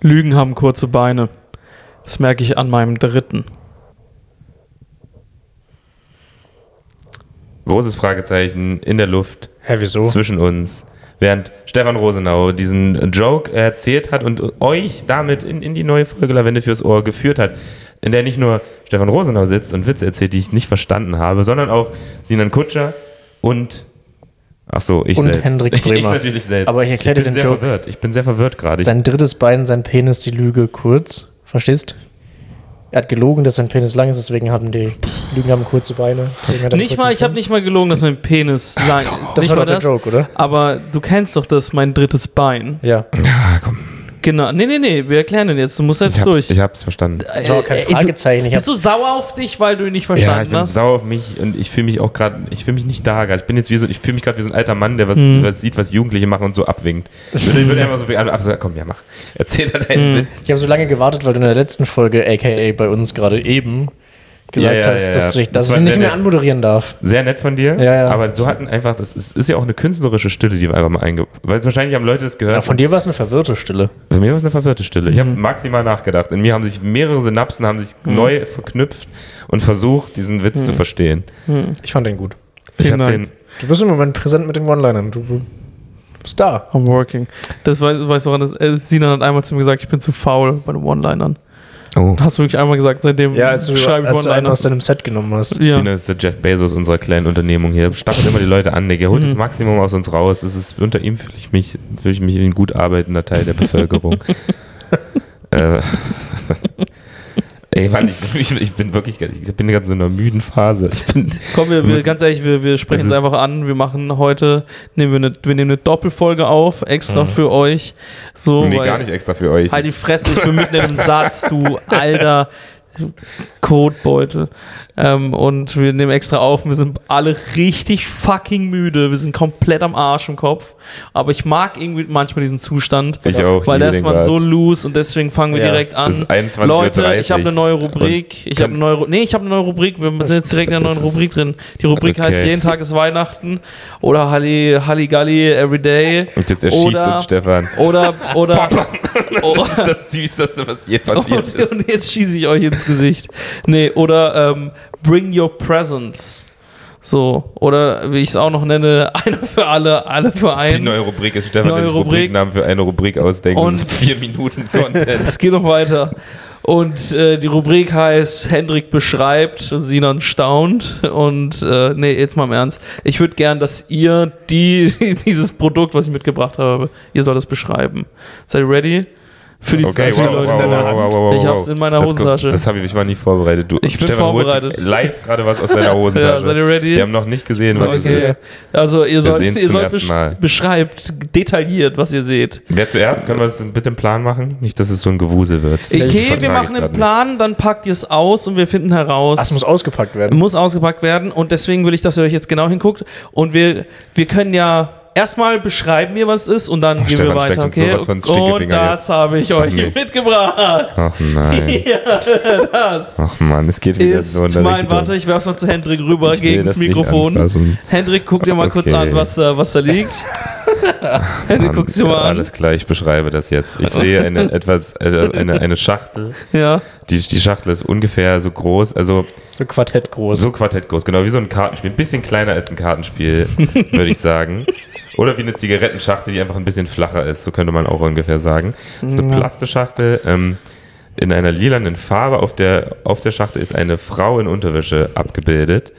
Lügen haben kurze Beine. Das merke ich an meinem dritten. Großes Fragezeichen in der Luft Hä, wieso? zwischen uns. Während Stefan Rosenau diesen Joke erzählt hat und euch damit in, in die neue Folge Lavende fürs Ohr geführt hat, in der nicht nur Stefan Rosenau sitzt und Witze erzählt, die ich nicht verstanden habe, sondern auch Sinan Kutscher und ach so, ich Und selbst. Hendrik ich, ich Bremer. natürlich selbst. Aber ich erklär dir bin den sehr Joke. Verwirrt. Ich bin sehr verwirrt gerade. Ich- Sein drittes Bein, sein Penis, die Lüge kurz. Verstehst? Er hat gelogen, dass sein Penis lang ist, deswegen haben die Lügen haben kurze Beine. deswegen hat er Nicht kurzen mal, ich habe Penis. nicht mal gelogen, dass mein Penis lang Das nicht mal war doch der Joke, oder? Aber du kennst doch das, mein drittes Bein. Ja. Ah, komm. Genau. Nee, nee, nee, wir erklären den jetzt. Du musst Ich selbst hab's, durch. ich hab's verstanden. Das war auch kein Äh, äh, du- Fragezeichen. Ich hab, Bist du sauer auf dich, weil du ihn nicht Ja, ich verstanden bin hast? sauer auf mich und ich fühle mich auch gerade, ich fühle mich nicht da gerade. Ich bin jetzt wie so, ich fühle mich gerade wie so ein alter Mann, der was, Mhm. was sieht, was Jugendliche machen und so abwinkt. Ich würde, ich würde einfach so wie, ach so, komm, ja, mach. Erzähl da Mhm. deinen Witz. ich hab so lange gewartet, weil du in der letzten Folge, aka bei uns gerade eben, gesagt Ja, ja, hast, ja, dass, ja. Ich, Das dass ich war ihn sehr nicht mehr nett. anmoderieren darf. Sehr nett von dir. Ja, ja. Aber so hatten einfach, das ist, ist ja auch eine künstlerische Stille, die wir einfach mal einge... Weil wahrscheinlich haben Leute das gehört. Ja, von dir Mhm. war es eine verwirrte Stille. Bei mir war es eine verwirrte Stille. Ich habe maximal nachgedacht. In mir haben sich mehrere Synapsen haben sich Mhm. neu verknüpft und versucht, diesen Witz zu verstehen. Ich fand den gut. Ich Vielen habe den Dank. Du bist im Moment präsent mit den One-Linern. Du bist da. I'm working. Das weiß, weiß woran das. Äh, Sinan hat einmal zu mir gesagt, ich bin zu faul bei den One-Linern. Oh. Hast du wirklich einmal gesagt, seitdem Ja, als du, schreibe ich als du einen One-Liner. aus deinem Set genommen hast. Ja. Sina ist der Jeff Bezos unserer kleinen Unternehmung hier. Stachelt immer die Leute an, der holt das Mhm. Maximum aus uns raus. Es ist, unter ihm fühle ich mich, fühle ich mich wie ein gut arbeitender Teil der Bevölkerung. äh, ey, Mann, ich, ich, ich bin wirklich, ich bin gerade so in einer müden Phase. Ich bin, Komm, wir, Wir wir, müssen- ganz ehrlich, wir, wir sprechen Es es ist- einfach an. Wir machen heute, nehmen wir eine, wir nehmen eine Doppelfolge auf, extra für euch. So, Mhm. nee, weil- gar nicht extra für euch. Halt die Fresse, ich bin mitten in einem Satz, du alter Kotbeutel. Ähm, und wir nehmen extra auf, wir sind alle richtig fucking müde, wir sind komplett am Arsch im Kopf. Aber ich mag irgendwie manchmal diesen Zustand. Ich auch, ich Weil liebe da ist den man grad. so loose und deswegen fangen wir Ja. direkt Es an. ist 21.30 Leute, ich habe eine neue Rubrik. Und Ich habe eine neue, Ru- nee, ich habe eine neue Rubrik. Wir sind jetzt direkt in einer Es neuen ist- Rubrik drin. Die Rubrik heißt Okay. Jeden Tag ist Weihnachten oder Halli, Halligalli Everyday. Und jetzt erschießt Oder- uns Stefan. Oder, oder, oder, Das ist das Düsterste, was je passiert und, ist. und jetzt schieße ich euch ins Gesicht. Nee, oder ähm, Bring Your Presents. So, oder wie ich es auch noch nenne, einer für alle, alle für Die einen. neue Rubrik ist Stefan, Neue der sich Rubrik. Rubriknamen für eine Rubrik ausdenkt. Und- das ist vier Minuten Content. Es geht noch weiter. Und äh, die Rubrik heißt Hendrik beschreibt, Sinan staunt. Und äh, nee, jetzt mal im Ernst. Ich würde gern, dass ihr die, dieses Produkt, was ich mitgebracht habe, ihr sollt es beschreiben. Seid ihr ready? Für die, Okay, für wow, die wow, Leute. wow, wow, wow, wow, Ich hab's in meiner Das- Hosentasche. Das, habe ich, ich war nicht vorbereitet. Du, Ich bin holt vorbereitet. live gerade was aus seiner Hosentasche. Ja, seid ihr ready? Wir haben noch nicht gesehen, was es Okay. ist. Also ihr sollt, sehen's ihr zum sollt ersten besch Mal. beschreibt detailliert, was ihr seht. Wer zuerst? Können wir das bitte einen Plan machen? Nicht, dass es so ein Gewusel wird. Das vertrage Okay, ich wir machen grad einen Plan, dann packt ihr es aus und wir finden heraus. Das muss ausgepackt werden. muss ausgepackt werden und deswegen will ich, dass ihr euch jetzt genau hinguckt und wir, wir können ja erstmal beschreiben wir, was es ist und dann gehen Stefan wir weiter. steckt uns sowas von und Stinkefinger das habe ich euch nee. mitgebracht. Nicht. Ach nein. Das Ach man, es geht wieder ist so in der mein, Richtung. warte, ich werf's mal zu Hendrik rüber Ich will gegen das nicht Mikrofon. anfassen. Hendrik, guck dir mal kurz Okay. an, was da, was da liegt. Hendrik, Mann, guck's dir mal an. Also. Alles klar, ich beschreibe das jetzt. Ich sehe eine, etwas, äh, eine, eine Schachtel. Ja. Die, die Schachtel ist ungefähr so groß, also So Quartett groß. So Quartett groß, genau, wie so ein Kartenspiel. Ein bisschen kleiner als ein Kartenspiel, würde ich sagen. Oder wie eine Zigarettenschachtel, die einfach ein bisschen flacher ist, so könnte man auch ungefähr sagen. Das ist eine Plasteschachtel ähm, in einer lilanen Farbe. Auf der, auf der Schachtel ist eine Frau in Unterwäsche abgebildet.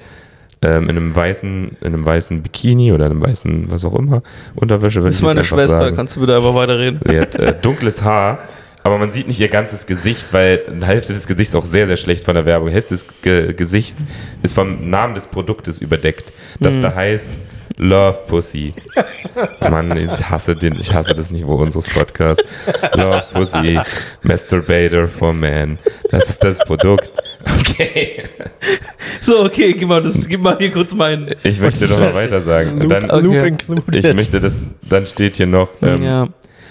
Ähm, in, einem weißen, in einem weißen Bikini oder einem weißen, was auch immer, Unterwäsche. würde Das ist ich jetzt meine einfach Schwester, sagen. kannst du bitte einfach weiterreden. Sie hat äh, dunkles Haar, aber man sieht nicht ihr ganzes Gesicht, weil eine Hälfte des Gesichts auch sehr, sehr schlecht von der Werbung. Hälfte des Ge Gesichts ist vom Namen des Produktes überdeckt, das da heißt Love Pussy. Mann, ich hasse, den, ich hasse das Niveau unseres Podcasts. Love Pussy, Masturbator for Man. Das ist das Produkt. Okay, So, okay, gib mal, das, gib mal hier kurz meinen. ich möchte noch mal weiter sagen. Dann, Okay. Loop included. ich möchte das, dann steht hier noch, ähm, ja.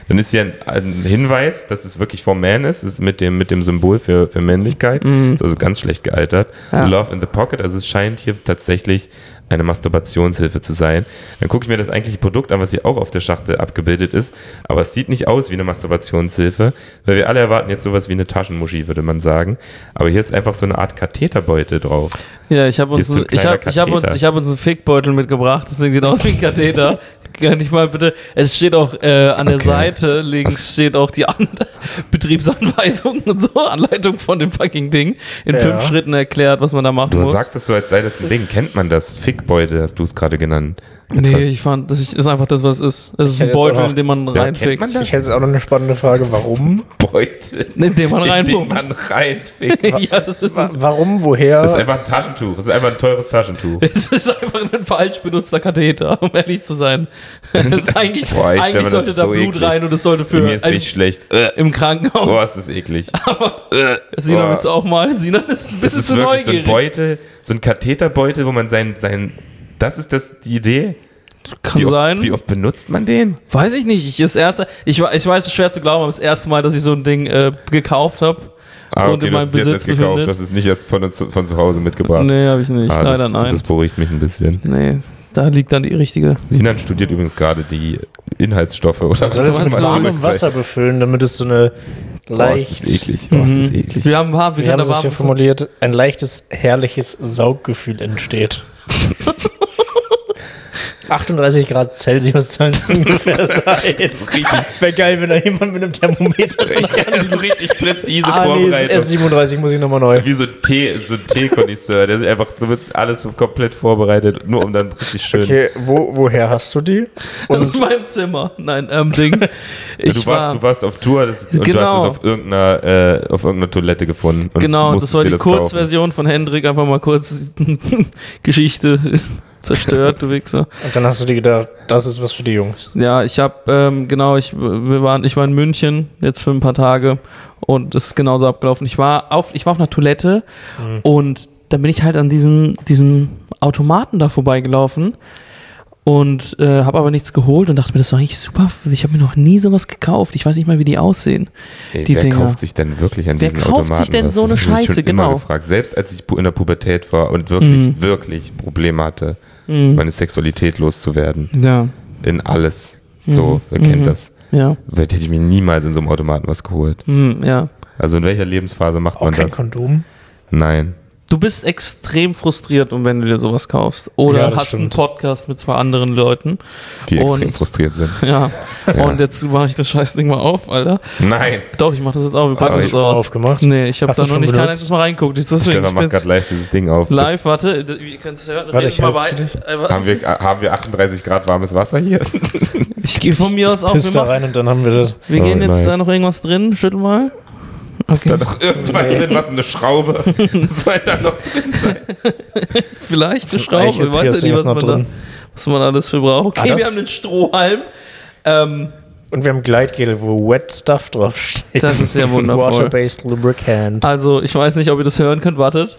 Dann ist hier ein, ein Hinweis, dass es wirklich vom Man ist, ist mit, dem, mit dem Symbol für, für Männlichkeit. Ist also ganz schlecht gealtert. Mhm. Ja. Love in the Pocket, also es scheint hier tatsächlich eine Masturbationshilfe zu sein. Dann gucke ich mir das eigentliche Produkt an, was hier auch auf der Schachtel abgebildet ist. Aber es sieht nicht aus wie eine Masturbationshilfe, weil wir alle erwarten jetzt sowas wie eine Taschenmuschi, würde man sagen. Aber hier ist einfach so eine Art Katheterbeutel drauf. Ja, ich habe uns, Hier ist so ein ich kleiner hab, ich hab uns, Katheter. ich hab uns einen Fickbeutel mitgebracht. Das Ding sieht aus wie ein Katheter. Kann ich mal bitte. Es steht auch äh, an der Okay. Seite links steht auch die An Betriebsanweisung und so Anleitung von dem fucking Ding in Ja. fünf Schritten erklärt, was man da machen Du muss. sagst es so, als sei das ein Ding. Kennt man das? Fickbeutel hast du es gerade genannt. nee, ich fand, das ist einfach das, was es ist. Es ist hätte ein jetzt auch Beutel, noch- in den man Ja, reinfickt. kennt man das? Ich hätte jetzt auch noch eine spannende Frage. Warum? Beutel. In den man In den reinpumpt. man reinfickt. ja, das ist Wa- es. Warum? Woher? Das ist einfach ein Taschentuch. Das ist einfach ein teures Taschentuch. Es ist einfach ein falsch benutzter Katheter, um ehrlich zu sein. Es ist eigentlich Boah, ich eigentlich stell mir das sollte so da Blut eklig. rein und es sollte für Mir ist ein, nicht schlecht. Äh, im Boah, Krankenhaus ist das eklig. Aber Sinan Boah. willst du auch mal. Sinan ist ein Das bisschen ist zu wirklich so ein neugierig. Beutel, so ein Katheterbeutel, wo man sein, sein, das ist das, die Idee? Kann wie oft, sein. Wie oft benutzt man den? Weiß ich nicht. Ich, das erste, ich, we- ich weiß, es ist schwer zu glauben, aber das erste Mal, dass ich so ein Ding äh, gekauft habe und in Ah, das meinem ist jetzt Besitz erst gekauft. befindet. Das ist nicht erst von, uns- von zu Hause mitgebracht. Nee, habe ich nicht. Ah, Leider das, nein. das beruhigt mich ein bisschen. nee, da liegt dann die richtige. Sinan studiert übrigens gerade die Inhaltsstoffe oder Man soll das Was mit soll das warmem sein? Wasser befüllen, damit es so eine Boah, ist Oh, das leicht, eklig. Boah, ist das eklig. Mhm. Wir haben, wir wir haben es hier haben formuliert, ein leichtes, herrliches Sauggefühl entsteht. 38 Grad Celsius sollen es ungefähr sein. Wäre geil, wenn da jemand mit einem Thermometer so richtig präzise Ah, nee, ist S37 muss ich nochmal neu. Wie so ein Tee, so ein Teekonisseur, der sich einfach da wird alles so komplett vorbereitet, nur um dann richtig schön. Okay, wo, woher hast du die? das ist mein Zimmer. Nein, ähm, Ding. Ja, Ich du, war, warst, du warst auf Tour das, und du Genau. hast es auf irgendeiner, äh, auf irgendeiner Toilette gefunden. Und genau, das musstest war dir die kaufen. Kurzversion von Hendrik. Einfach mal kurz Geschichte zerstört, du Wichser. Und dann hast du dir gedacht, das ist was für die Jungs. Ja, ich habe ähm, genau, ich wir waren, ich war in München jetzt für ein paar Tage und es ist genauso abgelaufen. Ich war auf, ich war auf einer Toilette und dann bin ich halt an diesen diesem Automaten da vorbeigelaufen und äh, habe aber nichts geholt und dachte mir, das ist doch eigentlich super. Ich habe mir noch nie sowas gekauft. Ich weiß nicht mal, wie die aussehen. Ey, die wer Dinger. kauft sich denn wirklich an Wer diesen kauft sich Automaten? denn was? so Das eine hab ich mich Scheiße? schon immer Genau. Mhm. gefragt. Selbst als ich pu- in der Pubertät war und wirklich, wirklich Probleme hatte, meine Sexualität loszuwerden. Ja, In alles. Mhm. So, wer kennt das? ja, Hätte ich mir niemals in so einem Automaten was geholt. hm, ja. Also in welcher Lebensphase macht Auch man kein das? Kondom. Nein. Du bist extrem frustriert, um wenn du dir sowas kaufst oder Ja, das hast einen stimmt. Podcast mit zwei anderen Leuten. Die extrem Und- frustriert sind. Ja. Ja. Und jetzt mache ich das Scheißding mal auf, Alter. Nein. Doch, ich mach das jetzt auch. Wir Hast passen du das schon aus. aufgemacht? Nee, ich habe Hast da du noch schon nicht benutzt? kein einziges Mal reingeguckt. Deswegen, Stefan ich macht bin's. gerade live dieses Ding auf. Live, warte, d- ihr könnt es hören. Warte, Redet ich hält's bei- für dich. Äh, Das was? haben, wir, haben wir 38 Grad warmes Wasser hier? ich gehe von mir aus auch. Piss Wir, da machen, rein und dann haben wir das. wir Oh, gehen jetzt nice. da noch irgendwas drin. Schüttel mal. Okay. noch irgendwas drin, was eine Schraube soll da noch drin sein? Vielleicht eine Eichel- Schraube. Weißt du Piercing nicht, was ist noch man, da, drin. was man alles für braucht. Ah, Okay, wir das- haben einen Strohhalm. Ähm, Und wir haben Gleitgel, wo Wet Stuff draufsteht. Das ist ja wundervoll. Water-based Lubricant. also, ich weiß nicht, ob ihr das hören könnt. Wartet.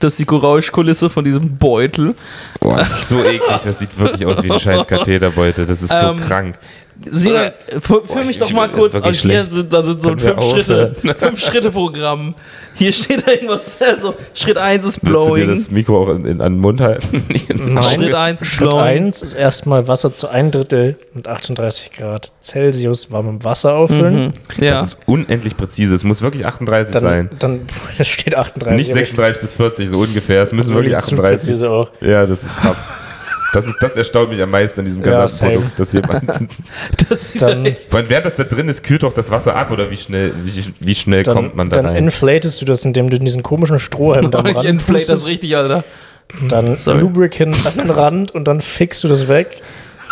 Das ist die Geräuschkulisse von diesem Beutel. Boah, das ist so eklig. Das sieht wirklich aus wie ein scheiß Katheterbeutel. Das ist so Ähm, krank. Sinan, führ führ Äh, ich- mich doch ich- mal ist kurz. wirklich Und hier schlecht. sind, da sind so ein Können wir aufhören? Fünf-Schritte-Programm. hier steht irgendwas. Also, Schritt 1 ist Willst du dir Blowing. das Mikro auch in, in, an den Mund halten? Nicht ins Nein. Schritt Auge? 1 ist Schritt Blowing. 1 ist erstmal Wasser zu ein Drittel mit 38 Grad Celsius warmem Wasser Mhm. auffüllen. Das Ja. ist unendlich präzise. Es muss wirklich 38 sein. Dann, dann es steht 38. Nicht 36 bis 40, so ungefähr. Es müssen wirklich 38 Präzise auch. Ja, das ist krass. Das, ist, das erstaunt mich am meisten an diesem Ja, ganzen same. Produkt, dass jemand. Das sieht Dann- echt. Weil während das da drin ist, kühlt doch das Wasser ab oder wie schnell, wie, wie schnell Dann, kommt man da dann rein? inflatest du das, indem du diesen komischen Strohhalm dann Ich inflate das ranpustest, richtig, Alter. dann Sorry. Lubricant an den Rand und dann fickst du das weg.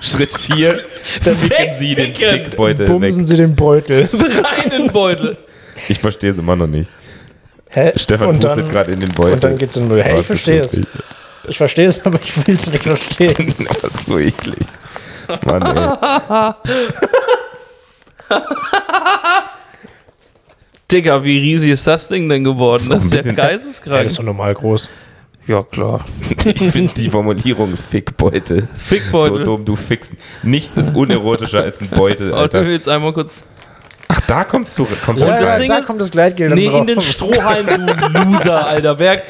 Schritt 4, Dann ficken Sie den Ficken. Fickbeutel weg. bumsen sie den Beutel. Rein in den Beutel. Ich verstehe es immer noch nicht. Hä? Stefan und pustet dann, gerade in den Beutel. und dann geht's in Null. Oh, Hey, ich ist das verstehe es. eklig. Ich verstehe es, aber ich will es nicht verstehen. Oh, Das ist so eklig. Mann, ey. Digga, wie riesig ist das Ding denn geworden? So ein Das ist ja bisschen- geisteskrank. doch normal groß. Ja, klar. Ich finde die Formulierung Fickbeutel. Fickbeutel. So dumm, du fickst. Nichts ist unerotischer als ein Beutel, Alter. Alter. Jetzt einmal kurz. Ach, da kommst du. Kommt Und das das rein? Ding da ist- kommt das Gleitgel dann Nee, drauf. in den Strohhalm, du Loser, Alter. Wer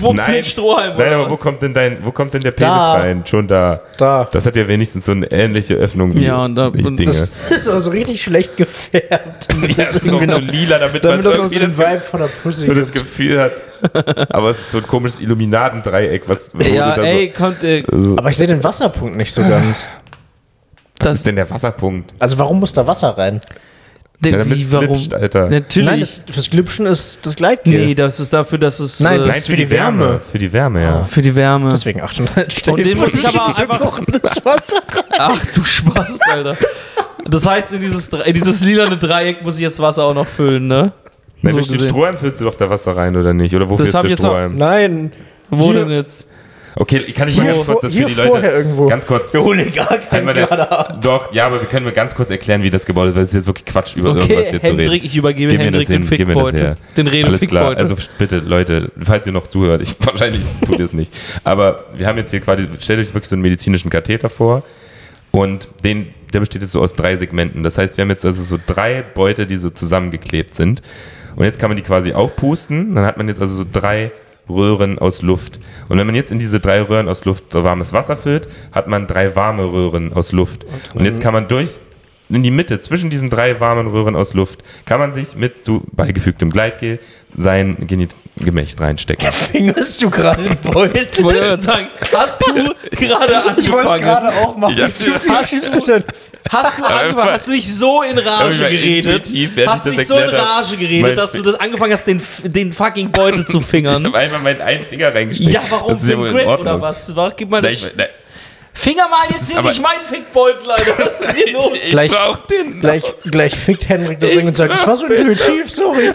wupst den Strohhalm? Nein, oder aber wo was? kommt denn dein, wo kommt denn der Penis Da. rein? Schon da. Da. Das hat ja wenigstens so eine ähnliche Öffnung wie Ja, und da- wie und Dinge. das- Das ist aber so richtig schlecht gefärbt. ja, das ist irgendwie noch so noch- lila, damit, Damit man das noch so irgendwie den das, Ge- Vibe von der Pussy so das gibt. Gefühl hat. Aber es ist so ein komisches Illuminatendreieck, was wo Ja, du da ey, kommt, äh, so, so, Aber ich sehe den Wasserpunkt nicht so ganz. Was das- ist denn der Wasserpunkt? Also warum muss da Wasser rein? der, Ja, damit's wie, warum? flitscht, Alter. Natürlich. Nein, das, fürs Glipschen ist das Gleitgel. nee, das ist dafür, dass es. äh, Nein, das- ist für die Wärme. Für die Wärme, ja. für die Wärme. Deswegen 800 Stellen. den muss ich aber einfach- kochendes Wasser rein. Ach du Spaß, Alter. Das heißt, in dieses, Dre- in dieses lilane Dreieck muss ich jetzt Wasser auch noch füllen, ne? Nein, So durch den gesehen. Strohhalm füllst du doch da Wasser rein, oder nicht? Oder wofür Das ist hab der ich jetzt auch- Strohhalm? Nein. Wo Hier- denn jetzt? Okay, kann ich mal Hier ganz kurz vor- das hier für die Leute. vorher irgendwo. Ganz kurz. Wir holen gar keinen Einmal der- gerade ab. Doch, ja, aber wir können mir ganz kurz erklären, wie das gebaut ist, weil es ist jetzt wirklich Quatsch, über Okay, irgendwas um hier zu reden. Hendrik, ich übergebe Gib mir Hendrik das den hin, gib mir das her. Fickbeutel. Den Alles klar. Rede-Fickbeutel. Also bitte, Leute, falls ihr noch zuhört, ich, wahrscheinlich tut ihr es nicht. Aber wir haben jetzt hier quasi, stellt euch wirklich so einen medizinischen Katheter vor. Und den, der besteht jetzt so aus drei Segmenten. Das heißt, wir haben jetzt also so drei Beute, die so zusammengeklebt sind. Und jetzt kann man die quasi aufpusten. Dann hat man jetzt also so drei Röhren aus Luft. Und wenn man jetzt in diese drei Röhren aus Luft so warmes Wasser füllt, hat man drei warme Röhren aus Luft. Und jetzt kann man durch in die Mitte zwischen diesen drei warmen Röhren aus Luft kann man sich mit zu beigefügtem Gleitgel sein Genit Gemächt reinstecken. Fingerst du gerade den ich wollte Beutel? gerade sagen, hast du gerade angefangen? Ich wollte es gerade auch machen. Ja, Wie hast schiebst du denn? Hast du angefangen, hast du nicht so in Rage Irgendwann geredet? intuitiv, während Hast du ich nicht das so in erklärt hab, Rage geredet, mein dass du Fi- das angefangen hast, den, den fucking Beutel zu Ich fingern? habe einmal meinen einen Finger reingesteckt. Ja, warum Das ist ja Finn wohl in Grip Ordnung. oder was? Wa- Gib mal Nein, das. ich, nein, Finger mal jetzt hier aber- nicht meinen Fickbeutel, Alter. Was ist denn hier los? ich Gleich- brauch den. Gleich, gleich fickt Henrik das Ding und sagt, das war so intuitiv, sorry.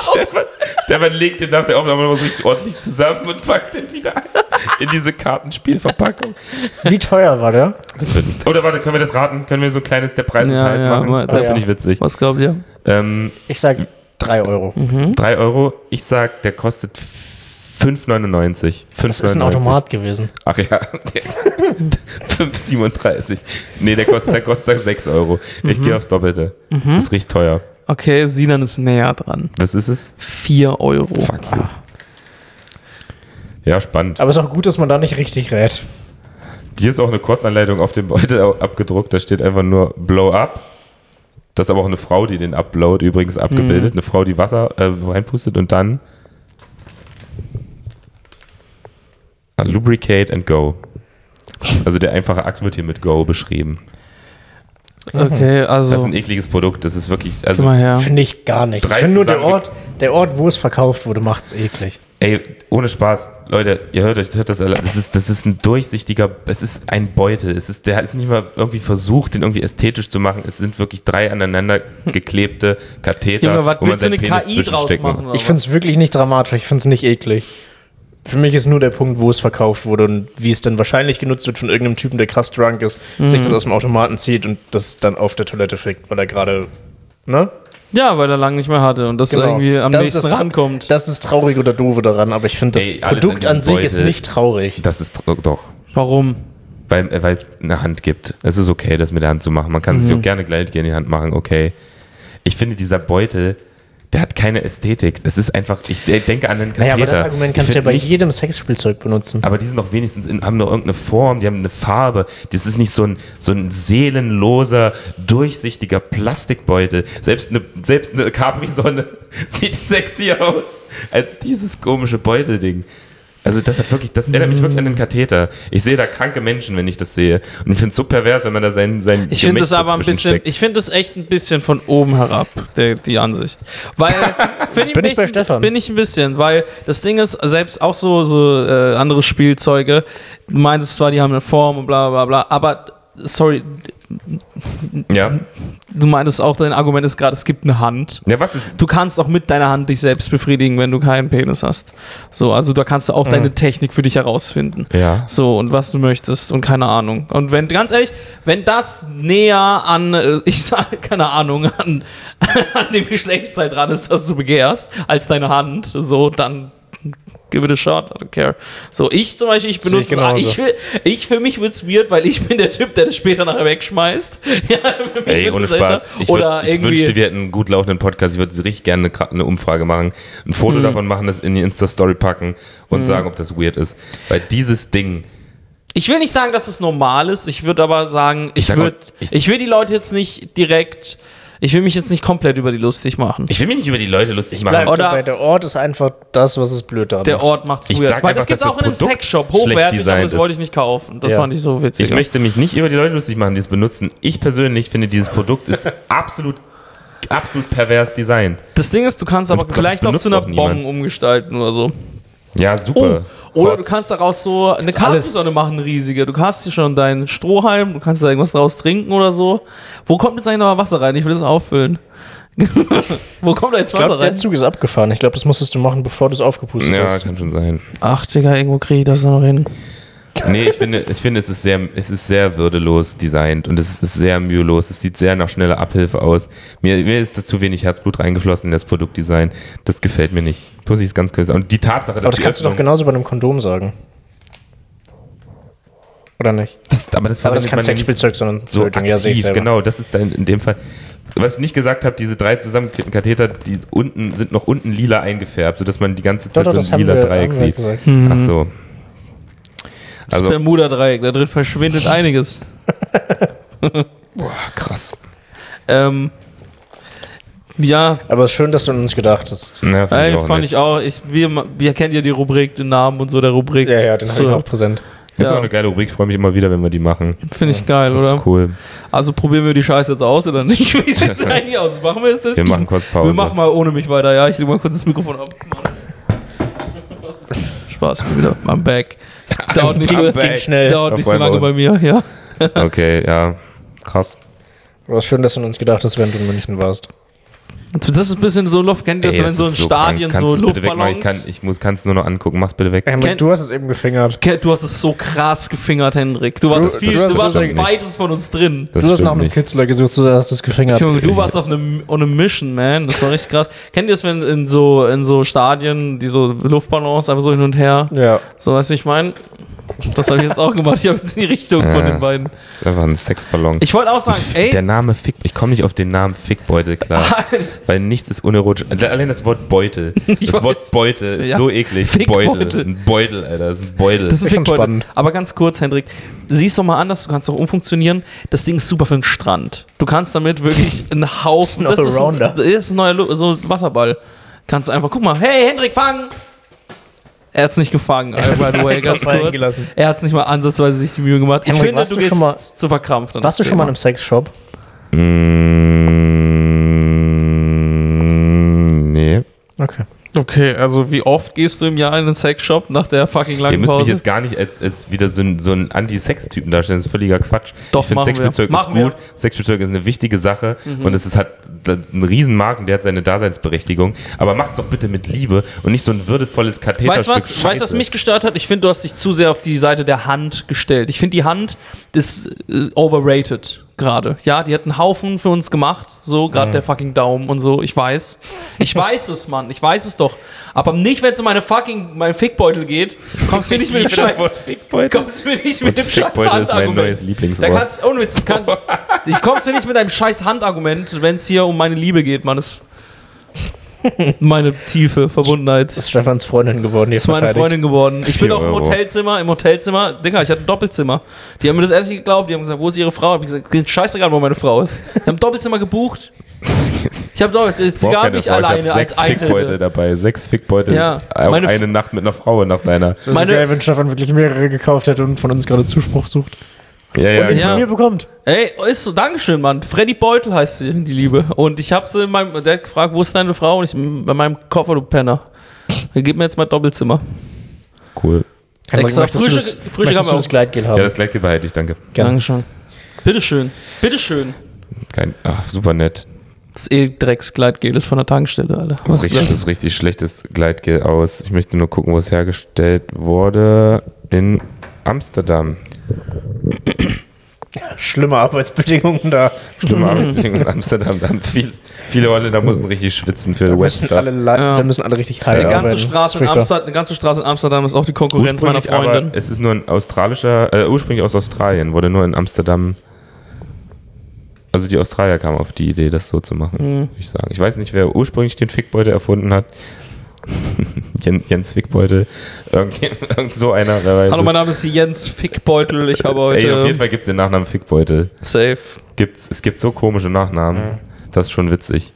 Stefan, Stefan legt den nach der Aufnahme noch so richtig ordentlich zusammen und packt den wieder ein in diese Kartenspielverpackung. Wie teuer war der? Das wird nicht. Oder warte, können wir das raten? Können wir so ein kleines Der Preis ist Ja, heiß ja, machen? mal- das Ah, finde ja. ich witzig. Was glaubt ihr? Ähm, Ich sag 3 Euro. 3 Euro, ich sag, der kostet 5,99. Das ist ein Automat gewesen. Ach ja. 5,37. Nee, der kostet, der kostet 6 Euro. Mhm. Ich gehe aufs Doppelte. Das ist richtig teuer. Okay, Sinan ist näher dran. Was ist es? 4 Euro. Fuck you. Ja, spannend. Aber es ist auch gut, dass man da nicht richtig rät. Hier ist auch eine Kurzanleitung auf dem Beutel au- abgedruckt. Da steht einfach nur Blow Up. Das ist aber auch eine Frau, die den Upload übrigens abgebildet. Eine Frau, die Wasser äh, reinpustet und dann Ah, Lubricate and Go. Also der einfache Akt wird hier mit Go beschrieben. Okay, also. Das ist ein ekliges Produkt. Das ist wirklich, gib also, mal her. Finde ich gar nicht. Ich Drei finde nur der zusammenge- Ort, der Ort, wo es verkauft wurde, macht's eklig. ey, ohne Spaß, Leute, ihr hört euch, hört das, alle. das ist, das ist ein durchsichtiger, es ist ein Beutel. Es ist, der ist nicht mal irgendwie versucht, den irgendwie ästhetisch zu machen. Es sind wirklich drei aneinander geklebte Katheter, Hm. Junge, was willst du eine seinen Penis KI draus zwischenstecken machen? kann. oder Ich find's wirklich nicht dramatisch, ich find's nicht eklig. Für mich ist nur der Punkt, wo es verkauft wurde und wie es dann wahrscheinlich genutzt wird von irgendeinem Typen, der krass drunk ist, sich das aus dem Automaten zieht und das dann auf der Toilette fickt, weil er gerade. Ne? was? Ja, weil er lange nicht mehr hatte und das irgendwie am Genau. Das ist nächsten das- rankommt. Das ist traurig oder doofe daran, aber ich finde das Ey, alles in Produkt diesem an sich ist Beutel. nicht traurig. Das ist doch- doch, Warum? weil äh, weil es eine Hand gibt. Es ist okay, das mit der Hand zu machen. Man kann es sich Mhm. auch gerne gleich in die Hand machen, okay. Ich finde, dieser Beutel, der hat keine Ästhetik. Es ist einfach, ich de- denke an einen Katheter. Naja, aber das Argument Ich kannst du ja finde bei nichts jedem Sexspielzeug benutzen. Aber die sind doch wenigstens in, haben doch irgendeine Form, die haben eine Farbe. Das ist nicht so ein, so ein seelenloser, durchsichtiger Plastikbeutel. Selbst eine, selbst eine Capri-Sonne sieht sexy aus als dieses komische Beutelding. Also das hat wirklich, das erinnert mich wirklich an den Katheter. Ich sehe da kranke Menschen, wenn ich das sehe. Und ich finde es so pervers, wenn man da sein, sein Ich finde das aber ein bisschen, dazwischen steckt. ich finde das echt ein bisschen von oben herab, der, die Ansicht. Weil, find Bin ich bei ein bisschen- Stefan? Bin ich ein bisschen, weil das Ding ist, selbst auch so, so äh, andere Spielzeuge, du meintest zwar, die haben eine Form und bla bla bla, aber sorry, Ja. du meintest auch, dein Argument ist gerade, es gibt eine Hand. ja, was ist, Du kannst auch mit deiner Hand dich selbst befriedigen, wenn du keinen Penis hast. So, also da kannst du Mhm. auch deine Technik für dich herausfinden. Ja. So, und was du möchtest und keine Ahnung. Und wenn, ganz ehrlich, wenn das näher an, äh, ich sage, keine Ahnung, an, an dem Geschlechtsteil dran ist, das du begehrst, als deine Hand, so, dann give it a shot, I don't care. So, ich zum Beispiel, ich Sehe ich benutze, ah, genauso. ich, will, ich für mich wird's weird, weil ich bin der Typ, der das später nachher wegschmeißt. ja, für mich Ey, wird ohne das seltsam. Spaß. Ich, würd, Oder ich irgendwie, wünschte, wir hätten einen gut laufenden Podcast. Ich würde richtig gerne eine, gra- eine Umfrage machen, ein Foto davon machen, das in die Insta-Story packen und sagen, ob das weird ist. Weil dieses Ding, ich will nicht sagen, dass es normal ist, ich würde aber sagen, ich, sag mal, würd, ich- ich, will die Leute jetzt nicht direkt, ich will mich jetzt nicht komplett über die lustig machen. ich will mich nicht über die Leute lustig machen. Bleibt Oder- dabei, der Ort ist einfach das, was es blöd daran Der macht. Ort macht's Ich weird. sag Weil einfach, das gibt's dass auch in einem das Produkt Sexshop schlecht hochwertig, aber designt das ist. wollte ich nicht kaufen. Das Ja. fand ich so witzig. Ich möchte mich nicht über die Leute lustig machen, die es benutzen. Ich persönlich finde, dieses Produkt ist absolut, absolut pervers designt. das Ding ist, du kannst aber Und vielleicht noch benutzt zu einer auch niemand. Bong umgestalten oder so. Ja, super. Oh, oder Hot. du kannst daraus so eine alles- Kartensonne machen, eine riesige. Du hast hier schon deinen Strohhalm, du kannst da irgendwas draus trinken oder so. Wo kommt jetzt eigentlich noch mal Wasser rein? Ich will das auffüllen. Wo kommt da jetzt Ich glaube, Wasser der rein? Zug ist abgefahren. Ich glaube, das musstest du machen, bevor du es aufgepustet ja, hast. kann schon sein. Ach, Digga, irgendwo kriege ich das noch hin. Nee, ich finde, ich finde, es ist sehr, es ist sehr würdelos designt und es ist sehr mühelos. Es sieht sehr nach schneller Abhilfe aus. Mir, mir ist da zu wenig Herzblut reingeflossen in das Produktdesign. Das gefällt mir nicht. Muss ich es ganz klar sagen. Und die Tatsache, dass Aber das die kannst du doch genau- Öffnung- genauso bei einem Kondom sagen. Oder nicht? das, aber das, Aber das ist verwendet kein man ja nicht Sexspielzeug, sondern so Tötung. Ja, sehe ich aktiv. selber. genau, das ist dein, in dem Fall. Was ich nicht gesagt habe, diese drei zusammengeklebten Katheter, die unten sind noch unten lila eingefärbt, sodass man die ganze Doch, Zeit doch, so das ein haben lila wir, Dreieck haben wir sieht. gesagt. Ach so. Das Also, Bermuda-Dreieck, da drin verschwindet einiges. boah, krass. Ähm, ja, Aber es ist schön, dass du an uns gedacht hast. Ja, fand Ey, auch fand nett. ich auch. Ich, wir, wir kennt ja die Rubrik, den Namen und so der Rubrik. Ja, ja, das so, habe ich auch präsent. Das ist Ja. auch eine geile Rubrik, ich freue mich immer wieder, wenn wir die machen. Finde ich geil, Das oder? ist cool. Also probieren wir die Scheiße jetzt aus oder nicht? Wie sieht es eigentlich aus? Machen wir es jetzt? Wir machen kurz Pause. Wir machen mal ohne mich weiter, ja. Ich leg mal kurz das Mikrofon ab. Mann. Spaß, ich bin wieder. I'm back. Es dauert nicht so, I'm back. Ging schnell. dauert Auf nicht so einmal lange bei uns. mir, ja. Okay, ja. Krass. Aber es ist schön, dass du an uns gedacht hast, während du in München warst. Das ist ein bisschen so Luft, kennt ihr das, Ey, wenn so in ist Stadien krank. Kannst so du es bitte wegmachen? Luftballons. Ähm, Ich, kann, ich muss, kann's nur noch angucken. Mach's bitte weg. Henrik, Ken- du hast es eben gefingert. Ke- Du hast es so krass gefingert, Hendrik. Du warst, Du- viel, du du hast es warst wirklich am nicht. weitest von uns drin. Das du hast stimmt nach einem nicht. Kitzler gesucht, du hast es gefingert. Junge, du warst auf einem on a Mission, man. Das war richtig krass. Kennt ihr das, wenn in so, in so Stadien, die so Luftballons einfach so hin und her? Ja. So, weißt du, ich meine? Das habe ich jetzt auch gemacht. Ich habe jetzt in die Richtung von Ja. den beiden. Das ist einfach ein Sexballon. Ich wollte auch sagen, Der ey, Name Fick. Ich komme nicht auf den Namen Fickbeutel klar. halt, Weil nichts ist unerotisch. Allein das Wort Beutel. Ich Das Wort weiß. Beutel ist Ja. so eklig. Fickbeutel. Beutel. Ein Beutel, Alter. Das ist ein Beutel. das ist ein Ich find's Fickbeutel. spannend. Aber ganz kurz, Hendrik, siehst doch mal anders, du kannst doch umfunktionieren. Das Ding ist super für den Strand. Du kannst damit wirklich einen Haufen. Das ist ein Allrounder. Das ist ein neuer Lu- so ein Wasserball. Kannst einfach, guck mal, hey Hendrik, fangen! Er hat's nicht gefangen, hat's by the way, einfach ganz fallen kurz. gelassen. Er hat's nicht mal ansatzweise sich die Mühe gemacht. Ich Hendrik, finde, warst du du gehst schon mal- zu verkrampft. an Warst du das schon mal Thema. in einem Sexshop? Mm, nee. Okay. Okay, also wie oft gehst du im Jahr in einen Sexshop nach der fucking Ihr langen müsst mich Pause? jetzt gar nicht als, als wieder so ein, so ein Anti-Sex-Typen darstellen. Das ist völliger Quatsch. Doch, ich machen finde wir. Sexspielzeug ist Machen wir. Mhm. gut. Sexspielzeug ist eine wichtige Sache. Und es ist halt ein Riesenmarkt und der hat seine Daseinsberechtigung. Aber macht's doch bitte mit Liebe und nicht so ein würdevolles Weißt du, Katheterstück. was, weißt, du, was Scheiße. mich gestört hat? Ich finde, du hast dich zu sehr auf die Seite der Hand gestellt. Ich finde, die Hand ist äh, overrated gerade. Ja, die hat einen Haufen für uns gemacht. So, gerade der fucking Daumen und so. Ich weiß. Ich weiß es, Mann. Ich weiß es doch. Aber nicht, wenn es um meine fucking, meinen Fickbeutel geht. Kommst du mir nicht mit dem Ich liebe das Scheiß. Wort Fickbeutel. Kommst du mir nicht mit Und dem Scheiß Fickbeutel ist mein Handargument. neues Lieblingswort. Da kannst, ohne Witz, das kann, ich kommst du nicht mit einem scheiß Handargument, wenn es hier um meine Liebe geht, Mann. Das meine tiefe Verbundenheit. Das ist Stefans Freundin geworden, die Ist meine verteidigt. Freundin geworden. Ich bin Vier auch im Euro. Hotelzimmer, im Hotelzimmer, Digga, ich hatte ein Doppelzimmer. Die haben mir das erst nicht geglaubt, die haben gesagt, wo ist ihre Frau? Hab ich gesagt, "Ist scheißegal, wo meine Frau ist. Ich habe ein Doppelzimmer gebucht. Ich habe Doppel, Ich sie brauch gab keine mich Frau. Ich hab alleine als sechs Fickbeutel Einzelne. dabei. Sechs Fickbeutel Ja. ist auch Meine F- eine Nacht mit einer Frau nach deiner. Das wäre so Meine- geil, wenn Stefan wirklich mehrere gekauft hätte und von uns gerade Zuspruch sucht. Ja, ja, genau. und ihn ja. genau. von mir bekommt. Ey, ist so, Dankeschön, Mann. Freddy Beutel heißt sie, die Liebe. Und ich habe sie in meinem, der hat gefragt, wo ist deine Frau? Und ich, "M, bei meinem Koffer, du Penner. Gib mir jetzt mal Doppelzimmer. Cool. Extra möchtest du das, Frühstück- Frühstück haben möchtest wir du auch. das Gleitgel haben? Ja, das gleiche behalte ich, danke. Gerne. Dankeschön. Bitteschön. Bitteschön. Kein, ach, super nett. Das eh Dreckskleidgel ist von der Tankstelle, Alter. Das ist, richtig, das ist richtig schlechtes Gleitgel aus. Ich möchte nur gucken, wo es hergestellt wurde. In Amsterdam. schlimme Arbeitsbedingungen da. Schlimme Arbeitsbedingungen in Amsterdam. Da haben viel, viele Holländer mussten richtig schwitzen für West Müssen alle, Stuff. le- Ja. Da müssen alle richtig high Eine Eine ganze, arbeiten. Das Straße ist in furchtbar. Amsterdam, eine ganze Straße in Amsterdam ist auch die Konkurrenz meiner Ursprünglich aber- Freundin. Es ist nur ein australischer, äh, ursprünglich aus Australien, wurde nur in Amsterdam. Also die Australier kamen auf die Idee, das so zu machen, würde ich sagen. Ich weiß nicht, wer ursprünglich den Fickbeutel erfunden hat. Jens, Jens Fickbeutel, irgend, irgend so einer, wer weiß. Hallo, es. mein Name ist Jens Fickbeutel. Ich habe heute Ey, auf jeden Fall gibt es den Nachnamen Fickbeutel. safe. Gibt's, es gibt so komische Nachnamen. Das ist schon witzig.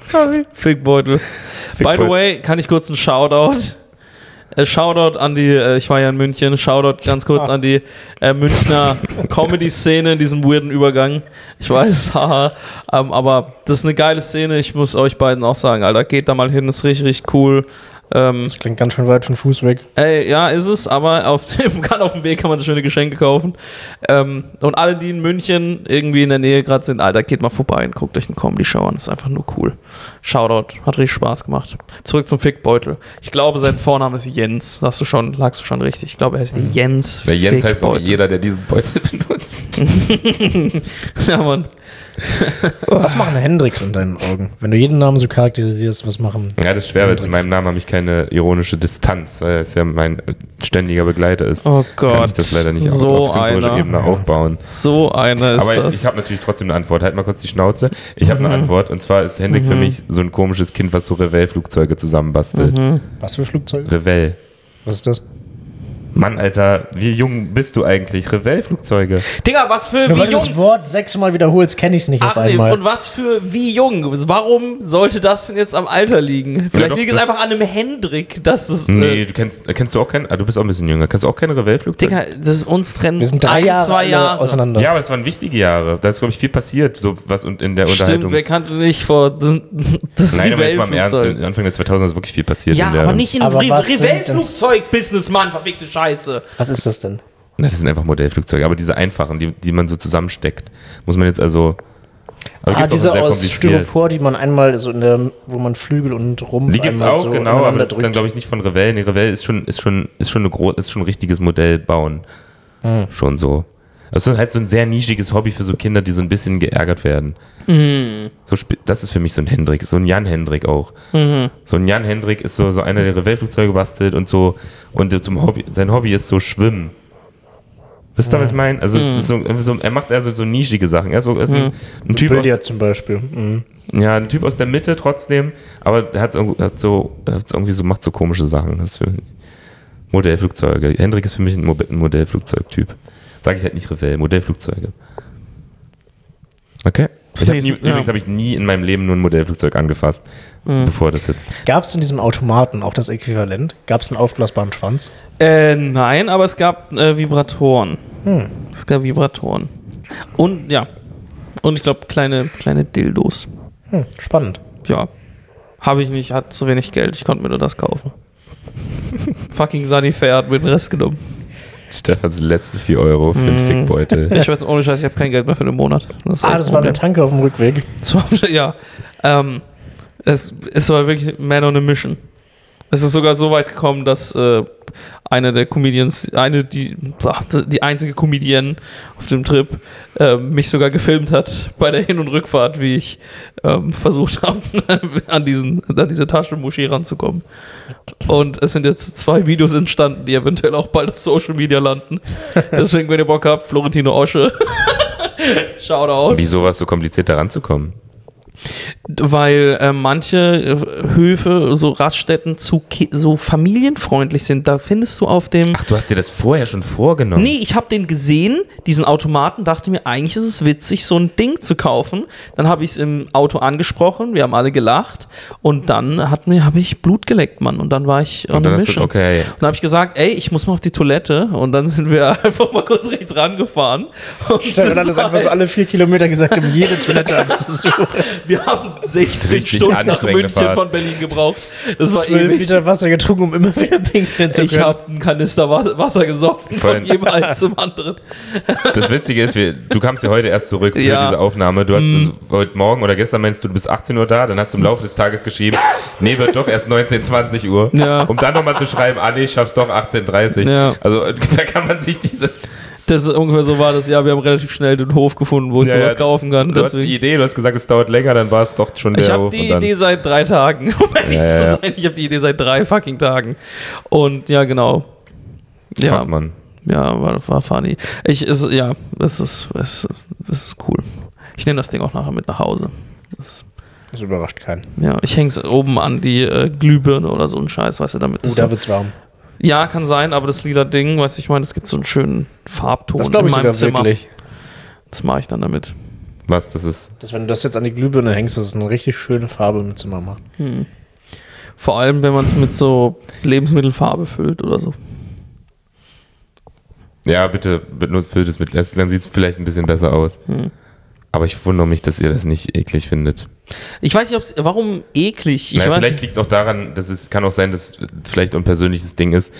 Sorry. Fickbeutel. By the Fickbeutel. way, kann ich kurz einen Shoutout? Äh, Shoutout an die, äh, ich war ja in München, Shoutout ganz Ah. kurz an die äh, Münchner Comedy-Szene in diesem weirden Übergang. Ich weiß, haha, ähm, aber das ist eine geile Szene, ich muss euch beiden auch sagen, Alter, geht da mal hin, ist richtig, richtig cool. Ähm, Das klingt ganz schön weit von Fuß weg. Ey, ja, ist es, aber auf dem, kann auf dem Weg kann man so schöne Geschenke kaufen. Ähm, und alle, die in München irgendwie in der Nähe gerade sind, Alter, geht mal vorbei und guckt euch eine Comedy-Show an. Ist einfach nur cool. Shoutout, hat richtig Spaß gemacht. Zurück zum Fickbeutel. Ich glaube, sein Vorname ist Jens. Hast du schon, lagst du schon richtig. Ich glaube, er heißt Jens. Weil Mhm. Jens heißt auch Fickbeutel. jeder, der diesen Beutel benutzt. Ja, Mann. Was machen Hendrix in deinen Augen? Wenn du jeden Namen so charakterisierst, was machen? Ja, das ist schwer, weil zu meinem Namen habe ich keine ironische Distanz, weil es ja mein ständiger Begleiter ist. Oh Kann Gott. ich das leider nicht so auf künstlerischer einer. Ebene aufbauen. So einer ist Aber das. Mhm. ich habe natürlich trotzdem eine Antwort. Halt mal kurz die Schnauze. Ich habe eine Antwort und zwar ist Hendrik für mich so ein komisches Kind, was so Revell-Flugzeuge zusammenbastelt. Mhm. Was für Flugzeuge? Revell. Was ist das? Mann, Alter, wie jung bist du eigentlich? Revell-Flugzeuge. Digga, was für, Nur weil wie du das jung Wort sechsmal wiederholst, kenne ich es nicht auf Ach nee, einmal. und was für wie jung? Warum sollte das denn jetzt am Alter liegen? Vielleicht doch, liegt es das- einfach an einem Hendrik, dass es. Nee, äh, du kennst, kennst du auch keinen, ah, du bist auch ein bisschen jünger. Kennst du auch keine Revell-Flugzeuge? Digga, ne. das ist uns trennen. Wir sind drei ein, Jahre, zwei alle Jahre. auseinander. Ja, aber es waren wichtige Jahre. Da ist, glaube ich, viel passiert, so was und in der Stimmt, Unterhaltung. wer kannte nicht vor das Nein, aber jetzt mal im Ernst, Revell-Flugzeug? Anfang der 2000er ist wirklich viel passiert. Ja, in der, aber nicht in Aber was sind denn- Revell-Flugzeug-Business, Mann, verfickte Scheiße. Was ist das denn? Na, das sind einfach Modellflugzeuge, aber diese einfachen, die, die man so zusammensteckt, muss man jetzt also. Aber Ah, gibt's auch diese sehr aus kompliziert. Styropor, die man einmal so in der, wo man Flügel und Rumpf Die gibt's einmal auch, so genau, aber ineinander das ist dann, drückt. glaube ich, nicht von Revell. Nee, Revell ist schon, ist schon, ist schon, eine gro ist schon ein richtiges Modell bauen. Hm. Schon so. Das ist halt so ein sehr nischiges Hobby für so Kinder, die so ein bisschen geärgert werden. So spe- das ist für mich so ein Hendrik, so ein Jan Hendrik auch. So ein Jan Hendrik ist so, so einer, der Revell-Flugzeuge bastelt und so. Und zum Hobby, sein Hobby ist so Schwimmen. Wisst ihr, was ich meine? Also, es ist so, irgendwie so, er macht eher so, so nischige Sachen. Er ist, so, er ist ein, ein Typ aus Billard zum Beispiel. Mhm. ja, ein Typ aus der Mitte trotzdem, aber der hat so, hat so, hat so irgendwie so, macht so komische Sachen. Das ist für Modellflugzeuge. Hendrik ist für mich ein, Mo ein Modellflugzeugtyp. Sag ich halt nicht Revell, Modellflugzeuge. Okay. Ich hab nie, Nächste- ja. Mhm. Übrigens habe ich nie in meinem Leben nur ein Modellflugzeug angefasst, bevor das jetzt. Gab es in diesem Automaten auch das Äquivalent? Gab es einen aufblasbaren Schwanz? Äh, nein, aber es gab äh, Vibratoren. Hm. Es gab Vibratoren. Und ja. Und ich glaube, kleine, kleine Dildos. Hm, spannend. Ja. Habe ich nicht, hat zu wenig Geld. Ich konnte mir nur das kaufen. Fucking Sanifair hat mir den Rest genommen. Stefans letzte 4 Euro für den Fickbeutel. Mhm. Ich weiß ohne Scheiß, ich habe kein Geld mehr für den Monat. ist Ah, ein das war der Problem. Tanke auf dem Rückweg. Das war- ja. Ähm, es, es war wirklich Man on a Mission. Es ist sogar so weit gekommen, dass äh, eine der Comedians, eine, die, ah, die einzige Comedian auf dem Trip, äh, mich sogar gefilmt hat bei der Hin- und Rückfahrt, wie ich ähm, versucht habe, an, diesen, an diese Taschenmuschi ranzukommen. Und es sind jetzt zwei Videos entstanden, die eventuell auch bald auf Social Media landen. Deswegen, wenn ihr Bock habt, Florentino Osche. Shoutout. Wieso war es so kompliziert, da ranzukommen? Weil äh, manche äh, Höfe, so Raststätten, zu ki- so familienfreundlich sind. Da findest du auf dem. Ach, du hast dir das vorher schon vorgenommen. Nee, ich habe den gesehen, diesen Automaten, dachte mir, eigentlich ist es witzig, so ein Ding zu kaufen. Dann habe ich es im Auto angesprochen, wir haben alle gelacht und dann hat mir, habe ich Blut geleckt, Mann. Und dann war ich on Und a dann hast mission. du, okay, Und dann habe ich gesagt, ey, ich muss mal auf die Toilette. Und dann sind wir einfach mal kurz rechts rangefahren. Und Stefan hat das das einfach so war- alle vier Kilometer gesagt, um jede Toilette abzusuchen. Wir haben 16 Richtig Stunden nach anstrengende München Fahrt. von Berlin gebraucht. Das war 12 ewig. Liter Wasser getrunken, um immer wieder pinkeln zu Ich können. habe einen Kanister Wa- Wasser gesoffen von Voll. jedem Hals zum anderen. Das Witzige ist, wir, du kamst ja heute erst zurück für Ja. Mhm. diese Aufnahme. Du hast es heute Morgen oder gestern meinst du, du bist 18 Uhr da, dann hast du im Laufe des Tages geschrieben, nee, wird doch erst 19, 20 Uhr. Ja. Um dann nochmal zu schreiben, ah nee, ich schaff's doch 18.30 Uhr. Ja. Also äh, da kann man sich diese. Das ist ungefähr so war das. Ja, wir haben relativ schnell den Hof gefunden, wo ich sowas kaufen kann. Du hast die Deswegen. Idee, du hast gesagt, es dauert länger, dann war es doch schon der Ich habe Hof die und dann- Idee seit drei Tagen, um ehrlich Ja, zu ja, ja. sein. Ich habe die Idee seit drei fucking Tagen. Und ja, genau. Ja, Krass, Mann. ja war, war funny. Ich, ist, ja, es ist, es, es ist cool. Ich nehme das Ding auch nachher mit nach Hause. Das, Das überrascht keinen. ja, ich häng's oben an die äh, Glühbirne oder so ein Scheiß, weißt du, damit Oh, das da wird's warm. Ja, kann sein, aber das lila Ding, weißt du, ich meine, es gibt so einen schönen Farbton Das glaube ich in meinem sogar Zimmer. wirklich. Das mache ich dann damit. Was, das ist. Dass wenn du das jetzt an die Glühbirne hängst, dass es eine richtig schöne Farbe im Zimmer macht. Vor allem, wenn man es mit so Lebensmittelfarbe füllt oder so. Ja, bitte benutzt füllt es mit Lässt, dann sieht es vielleicht ein bisschen besser aus. Hm. Aber ich wundere mich, dass ihr das nicht eklig findet. Ich weiß nicht, ob's, warum eklig. Ich naja, weiß vielleicht nicht. liegt es auch daran, dass es kann auch sein, dass es vielleicht ein persönliches Ding ist,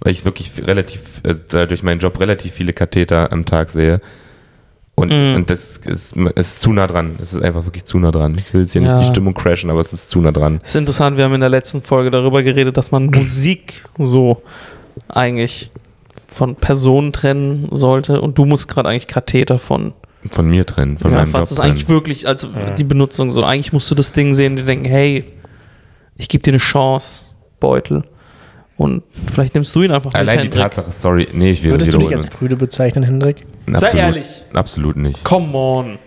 weil ich wirklich relativ, also dadurch meinen Job relativ viele Katheter am Tag sehe. Und, Mhm. und das ist, ist zu nah dran. Es ist einfach wirklich zu nah dran. Ich will jetzt hier Ja. nicht die Stimmung crashen, aber es ist zu nah dran. Das ist interessant, wir haben in der letzten Folge darüber geredet, dass man Musik so eigentlich von Personen trennen sollte und du musst gerade eigentlich Katheter von, Von mir trennen, von ja, meinem Job. was ist eigentlich trennen. wirklich, also die Benutzung so, eigentlich musst du das Ding sehen und dir denken, hey, ich gebe dir eine Chance, Beutel und vielleicht nimmst du ihn einfach mit, Allein die Hendrik. Tatsache, sorry, nee, ich will Würdest du dich als wiederholen. Brüde bezeichnen, Hendrik? Sei Absolut- ehrlich. Absolut nicht. Come on.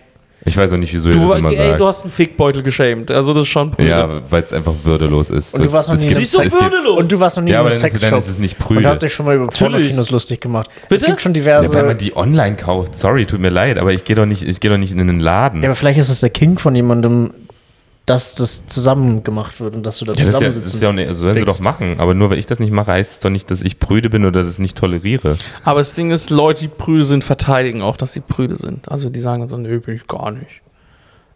Ich weiß auch nicht, wieso ihr Du, das immer ey, sagt. du hast einen Fickbeutel geschämt, also das ist schon Brüder. Ja, weil es einfach würdelos ist. Und du warst noch Es nie gibt- Siehst du, es gibt- würdelos. Und du warst noch nie Ja, in aber einem dann ist, es- Sexshop. dann ist es nicht und prüde. hast dich schon mal über Pornokinos lustig gemacht. Bitte? Es gibt schon diverse. Ja, weil man die online kauft. Sorry, tut mir leid, aber ich gehe doch nicht, ich gehe doch nicht in einen Laden. Ja, aber vielleicht ist es der King von jemandem, dass das zusammen gemacht wird und dass du da Ja, das ist ja, das zusammensitzen ist ja auch nicht, also sollen sie willst. doch machen. Aber nur weil ich das nicht mache, heißt es doch nicht, dass ich prüde bin oder das nicht toleriere. Aber das Ding ist, Leute, die prüde sind, verteidigen auch, dass sie prüde sind. Also die sagen dann so, nö, bin ich gar nicht.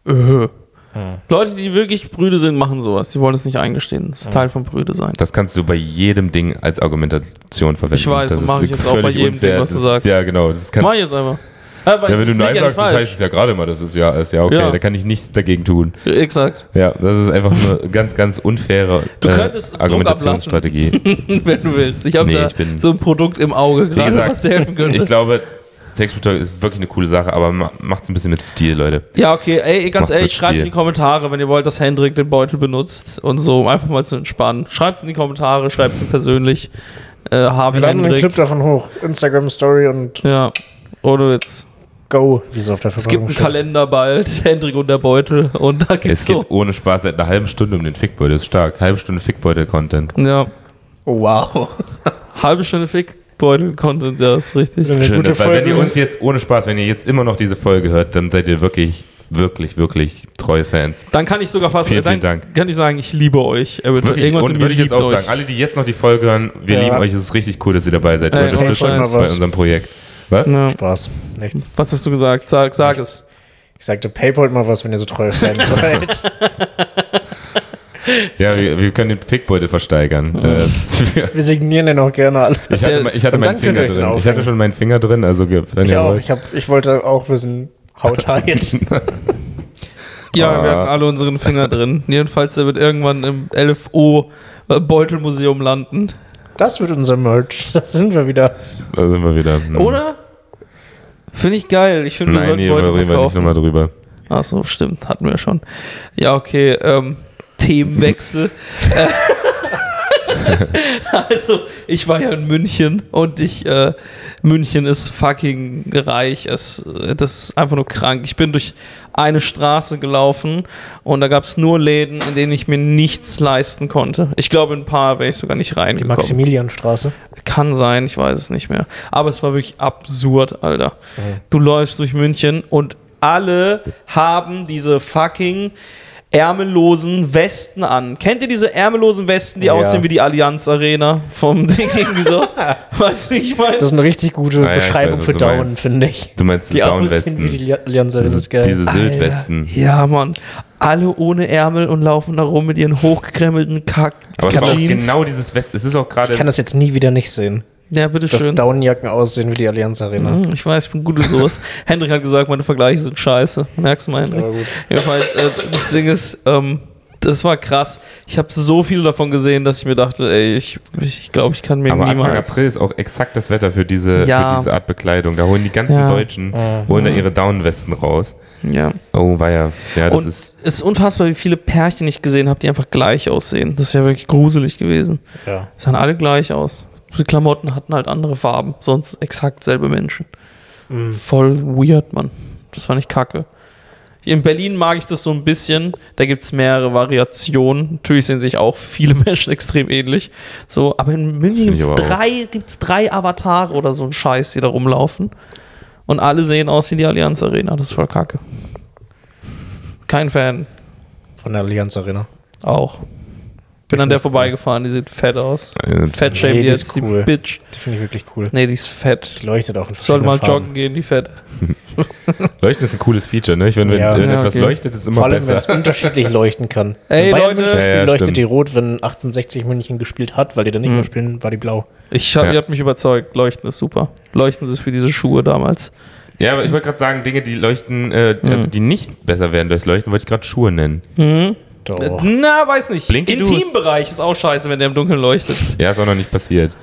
Öh. Hm. Leute, die wirklich prüde sind, machen sowas. Die wollen es nicht eingestehen. Das ist Hm. Teil von prüde sein. Das kannst du bei jedem Ding als Argumentation verwenden. Ich weiß, das mach ich jetzt auch bei jedem Ding, was du Das- sagst. Ja, genau. Das kannst, Mach ich jetzt einfach. Äh, weil ja, ich wenn du es sehe Nein ja nicht sagst, das falsch. heißt es ja gerade mal, das ist ja, ist ja okay. Ja. Da kann ich nichts dagegen tun. Exakt. Ja, das ist einfach nur ganz, ganz unfaire Du äh, könntest Druck Argumentationsstrategie. Wenn du willst. Ich habe Nee, da ich bin- so ein Produkt im Auge Wie gerade, was dir helfen gesagt, könnte. ich glaube, Sexbetrug ist wirklich eine coole Sache, aber ma- macht's ein bisschen mit Stil, Leute. ja, okay. Ey, ganz Macht's ehrlich, mit schreibt in Stil. die Kommentare, wenn ihr wollt, dass Hendrik den Beutel benutzt und so, um einfach mal zu entspannen. Schreibt in die Kommentare, schreibt ihn persönlich. Äh, Harvey Wir laden einen Hendrik. Clip davon hoch. Instagram Story und Ja. Oder jetzt. go, wie es auf der Es gibt Verpackung einen steht. Kalender bald, Hendrik und der Beutel. Und da gibt's Es so. geht ohne Spaß seit einer halben Stunde um den Fickbeutel. Das ist stark. Halbe Stunde Fickbeutel-Content. Ja. Oh, wow. Halbe Stunde Fickbeutel-Content, ja, ist richtig. Eine Schön, gute weil wenn ihr Folge. uns jetzt ohne Spaß, wenn ihr jetzt immer noch diese Folge hört, dann seid ihr wirklich, wirklich, wirklich treue Fans. Dann kann ich sogar fast. äh, Vielen, dann vielen Dank. Kann ich sagen, ich liebe euch. Er wird Wirklich, irgendwas und in mir würde ich jetzt liebt auch euch. sagen, alle, die jetzt noch die Folge hören, wir Ja. lieben euch, es ist richtig cool, dass ihr dabei seid. Ihr Ey, unterstützt ohne uns Scheiß. bei unserem Projekt. Was? Ja. Spaß. Nichts. Was hast du gesagt? Sag, sag es. Ich sagte, paypal mal was, wenn ihr so treue Fans seid. Ja, wir, wir können den Fickbeutel versteigern. Äh, Wir signieren den auch gerne alle. ich hatte, mal- ich hatte Und dann meinen könnt Finger ihr euch den drin. Ich aufhängen. hatte schon meinen Finger drin, also ge- wenn Ich ihr auch. wollt. Ich, hab, ich wollte auch wissen, hautheit. Ja, wir Ah. hatten alle unseren Finger drin. Jedenfalls, der wird irgendwann im LFO-Beutelmuseum äh, landen. Das wird unser Merch. Da sind wir wieder. Da sind wir wieder. Hm. Oder? Finde ich geil. Ich finde, wir Nein, sollten nee, Beutel reden wir nicht verkaufen. nochmal drüber. Ach so, stimmt, hatten wir schon. Ja, okay, ähm, Themenwechsel. Äh, also, ich war ja in München und ich, äh, München ist fucking reich. Es, äh, das ist einfach nur krank. Ich bin durch eine Straße gelaufen und da gab es nur Läden, in denen ich mir nichts leisten konnte. Ich glaube, in ein paar wäre ich sogar nicht Die reingekommen. Maximilianstraße. Kann sein, ich weiß es nicht mehr. Aber es war wirklich absurd, Alter. Mhm. Du läufst durch München und alle haben diese fucking ärmellosen Westen an. Kennt ihr diese ärmellosen Westen, die Ja. aussehen wie die Allianz Arena vom Ding irgendwie so? weißt du, wie ich meine? Das ist eine richtig gute Ah ja, ich weiß, Beschreibung was für du Down, meinst. finde ich. Du meinst das Die aussehen wie Downwesten. die Allianz, das ist geil. Ah, Diese Südwesten. Ja, Mann. Alle ohne Ärmel und laufen da rum mit ihren hochgekremmelten Kack. Aber es kann war auch das- genau dieses West. Es ist auch ich kann gerade. das jetzt nie wieder nicht sehen. Ja, bitteschön. Dass Downjacken aussehen wie die Allianz Arena. Hm, Ich weiß, ich bin gut in sowas. Hendrik hat gesagt, meine Vergleiche sind scheiße. Merkst du mal, Hendrik? Aber gut. Jedenfalls, äh, das Ding ist, ähm, das war krass. Ich habe so viel davon gesehen, dass ich mir dachte, ey, ich, ich glaube, ich kann mir Aber Anfang niemals. April ist auch exakt das Wetter für diese, Ja. für diese Art Bekleidung. Da holen die ganzen Ja. Deutschen Ah, holen da ihre Downwesten raus. Ja. Oh, war ja. Ja, das Und ist. es ist unfassbar, wie viele Pärchen ich gesehen habe, die einfach gleich aussehen. Das ist ja wirklich gruselig gewesen. Ja. Die sahen alle gleich aus. Die Klamotten hatten halt andere Farben, sonst exakt selbe Menschen. Mhm. Voll weird, Mann. Das fand ich kacke. In Berlin mag ich das so ein bisschen. Da gibt es mehrere Variationen. Natürlich sehen sich auch viele Menschen extrem ähnlich. So, aber in München Finde ich gibt es aber auch. drei, gibt's drei Avatare oder so ein Scheiß, die da rumlaufen. Und alle sehen aus wie die Allianz Arena. Das ist voll kacke. Kein Fan. Von der Allianz Arena. Auch. Bin an der vorbeigefahren, die sieht fett aus. Äh, Fett shame Nee, die die ist jetzt, cool. die Bitch. Die finde ich wirklich cool. Nee, die ist fett. Die leuchtet auch in Soll verschiedenen mal Farben. joggen gehen, die fett. Leuchten ist ein cooles Feature, ne? Ich finde, wenn, Ja. wenn Ja, etwas okay. leuchtet, ist immer Vor allem, wenn es besser. unterschiedlich leuchten kann. Ey, Wenn Leute. München Ja, spielt, ja, leuchtet stimmt. die rot. Wenn 1860 München gespielt hat, weil die Hm. dann nicht mehr spielen, war die blau. Ich hab, Ja. Ihr habt mich überzeugt, Leuchten ist super. Leuchten ist wie diese Schuhe damals. Ja, aber ich wollte gerade sagen, Dinge, die leuchten, äh, Mhm. also die nicht besser werden durchs Leuchten, wollte ich gerade Schuhe nennen. Äh, Doch. Na, weiß nicht. Blinky Doos. Intimbereich ist auch scheiße, wenn der im Dunkeln leuchtet. Ja, ist auch noch nicht passiert.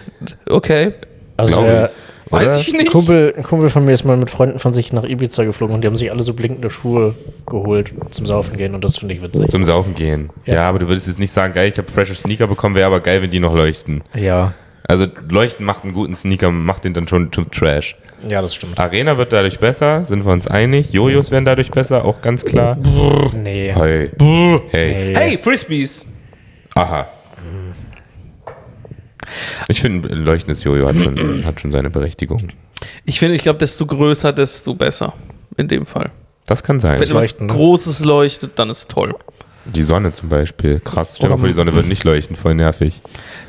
Okay. Also, Glaube der, ich. Weiß Oder? ich Ein nicht. Kumpel, ein Kumpel von mir ist mal mit Freunden von sich nach Ibiza geflogen und die haben sich alle so blinkende Schuhe geholt zum Saufen gehen und das finde ich witzig. Zum Saufen gehen. Ja. Ja. aber du würdest jetzt nicht sagen, geil, ich habe frische Sneaker bekommen, wäre aber geil, wenn die noch leuchten. Ja, Also leuchten macht einen guten Sneaker, macht den dann schon zum Trash. ja, das stimmt. Arena wird dadurch besser, sind wir uns einig. Jojos werden dadurch besser, auch ganz klar. Nee. Hey. Hey. Hey, Frisbees. Aha. Ich finde, ein leuchtendes Jojo hat schon, hat schon seine Berechtigung. Ich finde, ich glaube, desto größer, desto besser. In dem Fall. Das kann sein. Wenn Leuchten, ne? was Großes leuchtet, dann ist toll. Die Sonne zum Beispiel. Krass, stell dir mal Oder- vor, die Sonne wird nicht leuchten, voll nervig.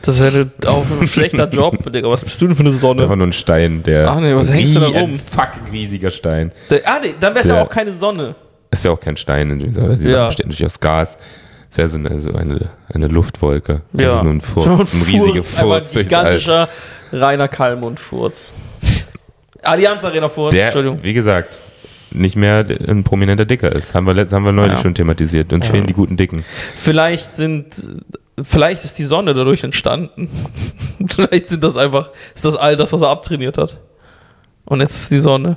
Das wäre auch ein schlechter Job. Digga, was bist du denn für eine Einfach Sonne? nur ein Stein, der. Ach nee, was ein hängst du da riesen- rum? Fucking riesiger Stein. Der- Ah, nee, dann wär's ja Der- auch keine Sonne. Es wäre auch kein Stein in dieser Welt. Die Ja. Sonne besteht natürlich aus Gas. Es wäre so, eine, so eine, eine Luftwolke. Ja. Das ist nur ein Furz, ein, riesiger Furz, einmal Furz ein durchs All. gigantischer Rainer Kallmund Furz. Allianz Arena Furz, Der, Entschuldigung. wie gesagt, nicht mehr ein prominenter Dicker ist. Haben wir, letzt- haben wir neulich Ja. schon thematisiert. Uns fehlen die guten Dicken. Vielleicht sind vielleicht ist die Sonne dadurch entstanden. vielleicht sind das einfach ist das all das was er abtrainiert hat. Und jetzt ist die Sonne.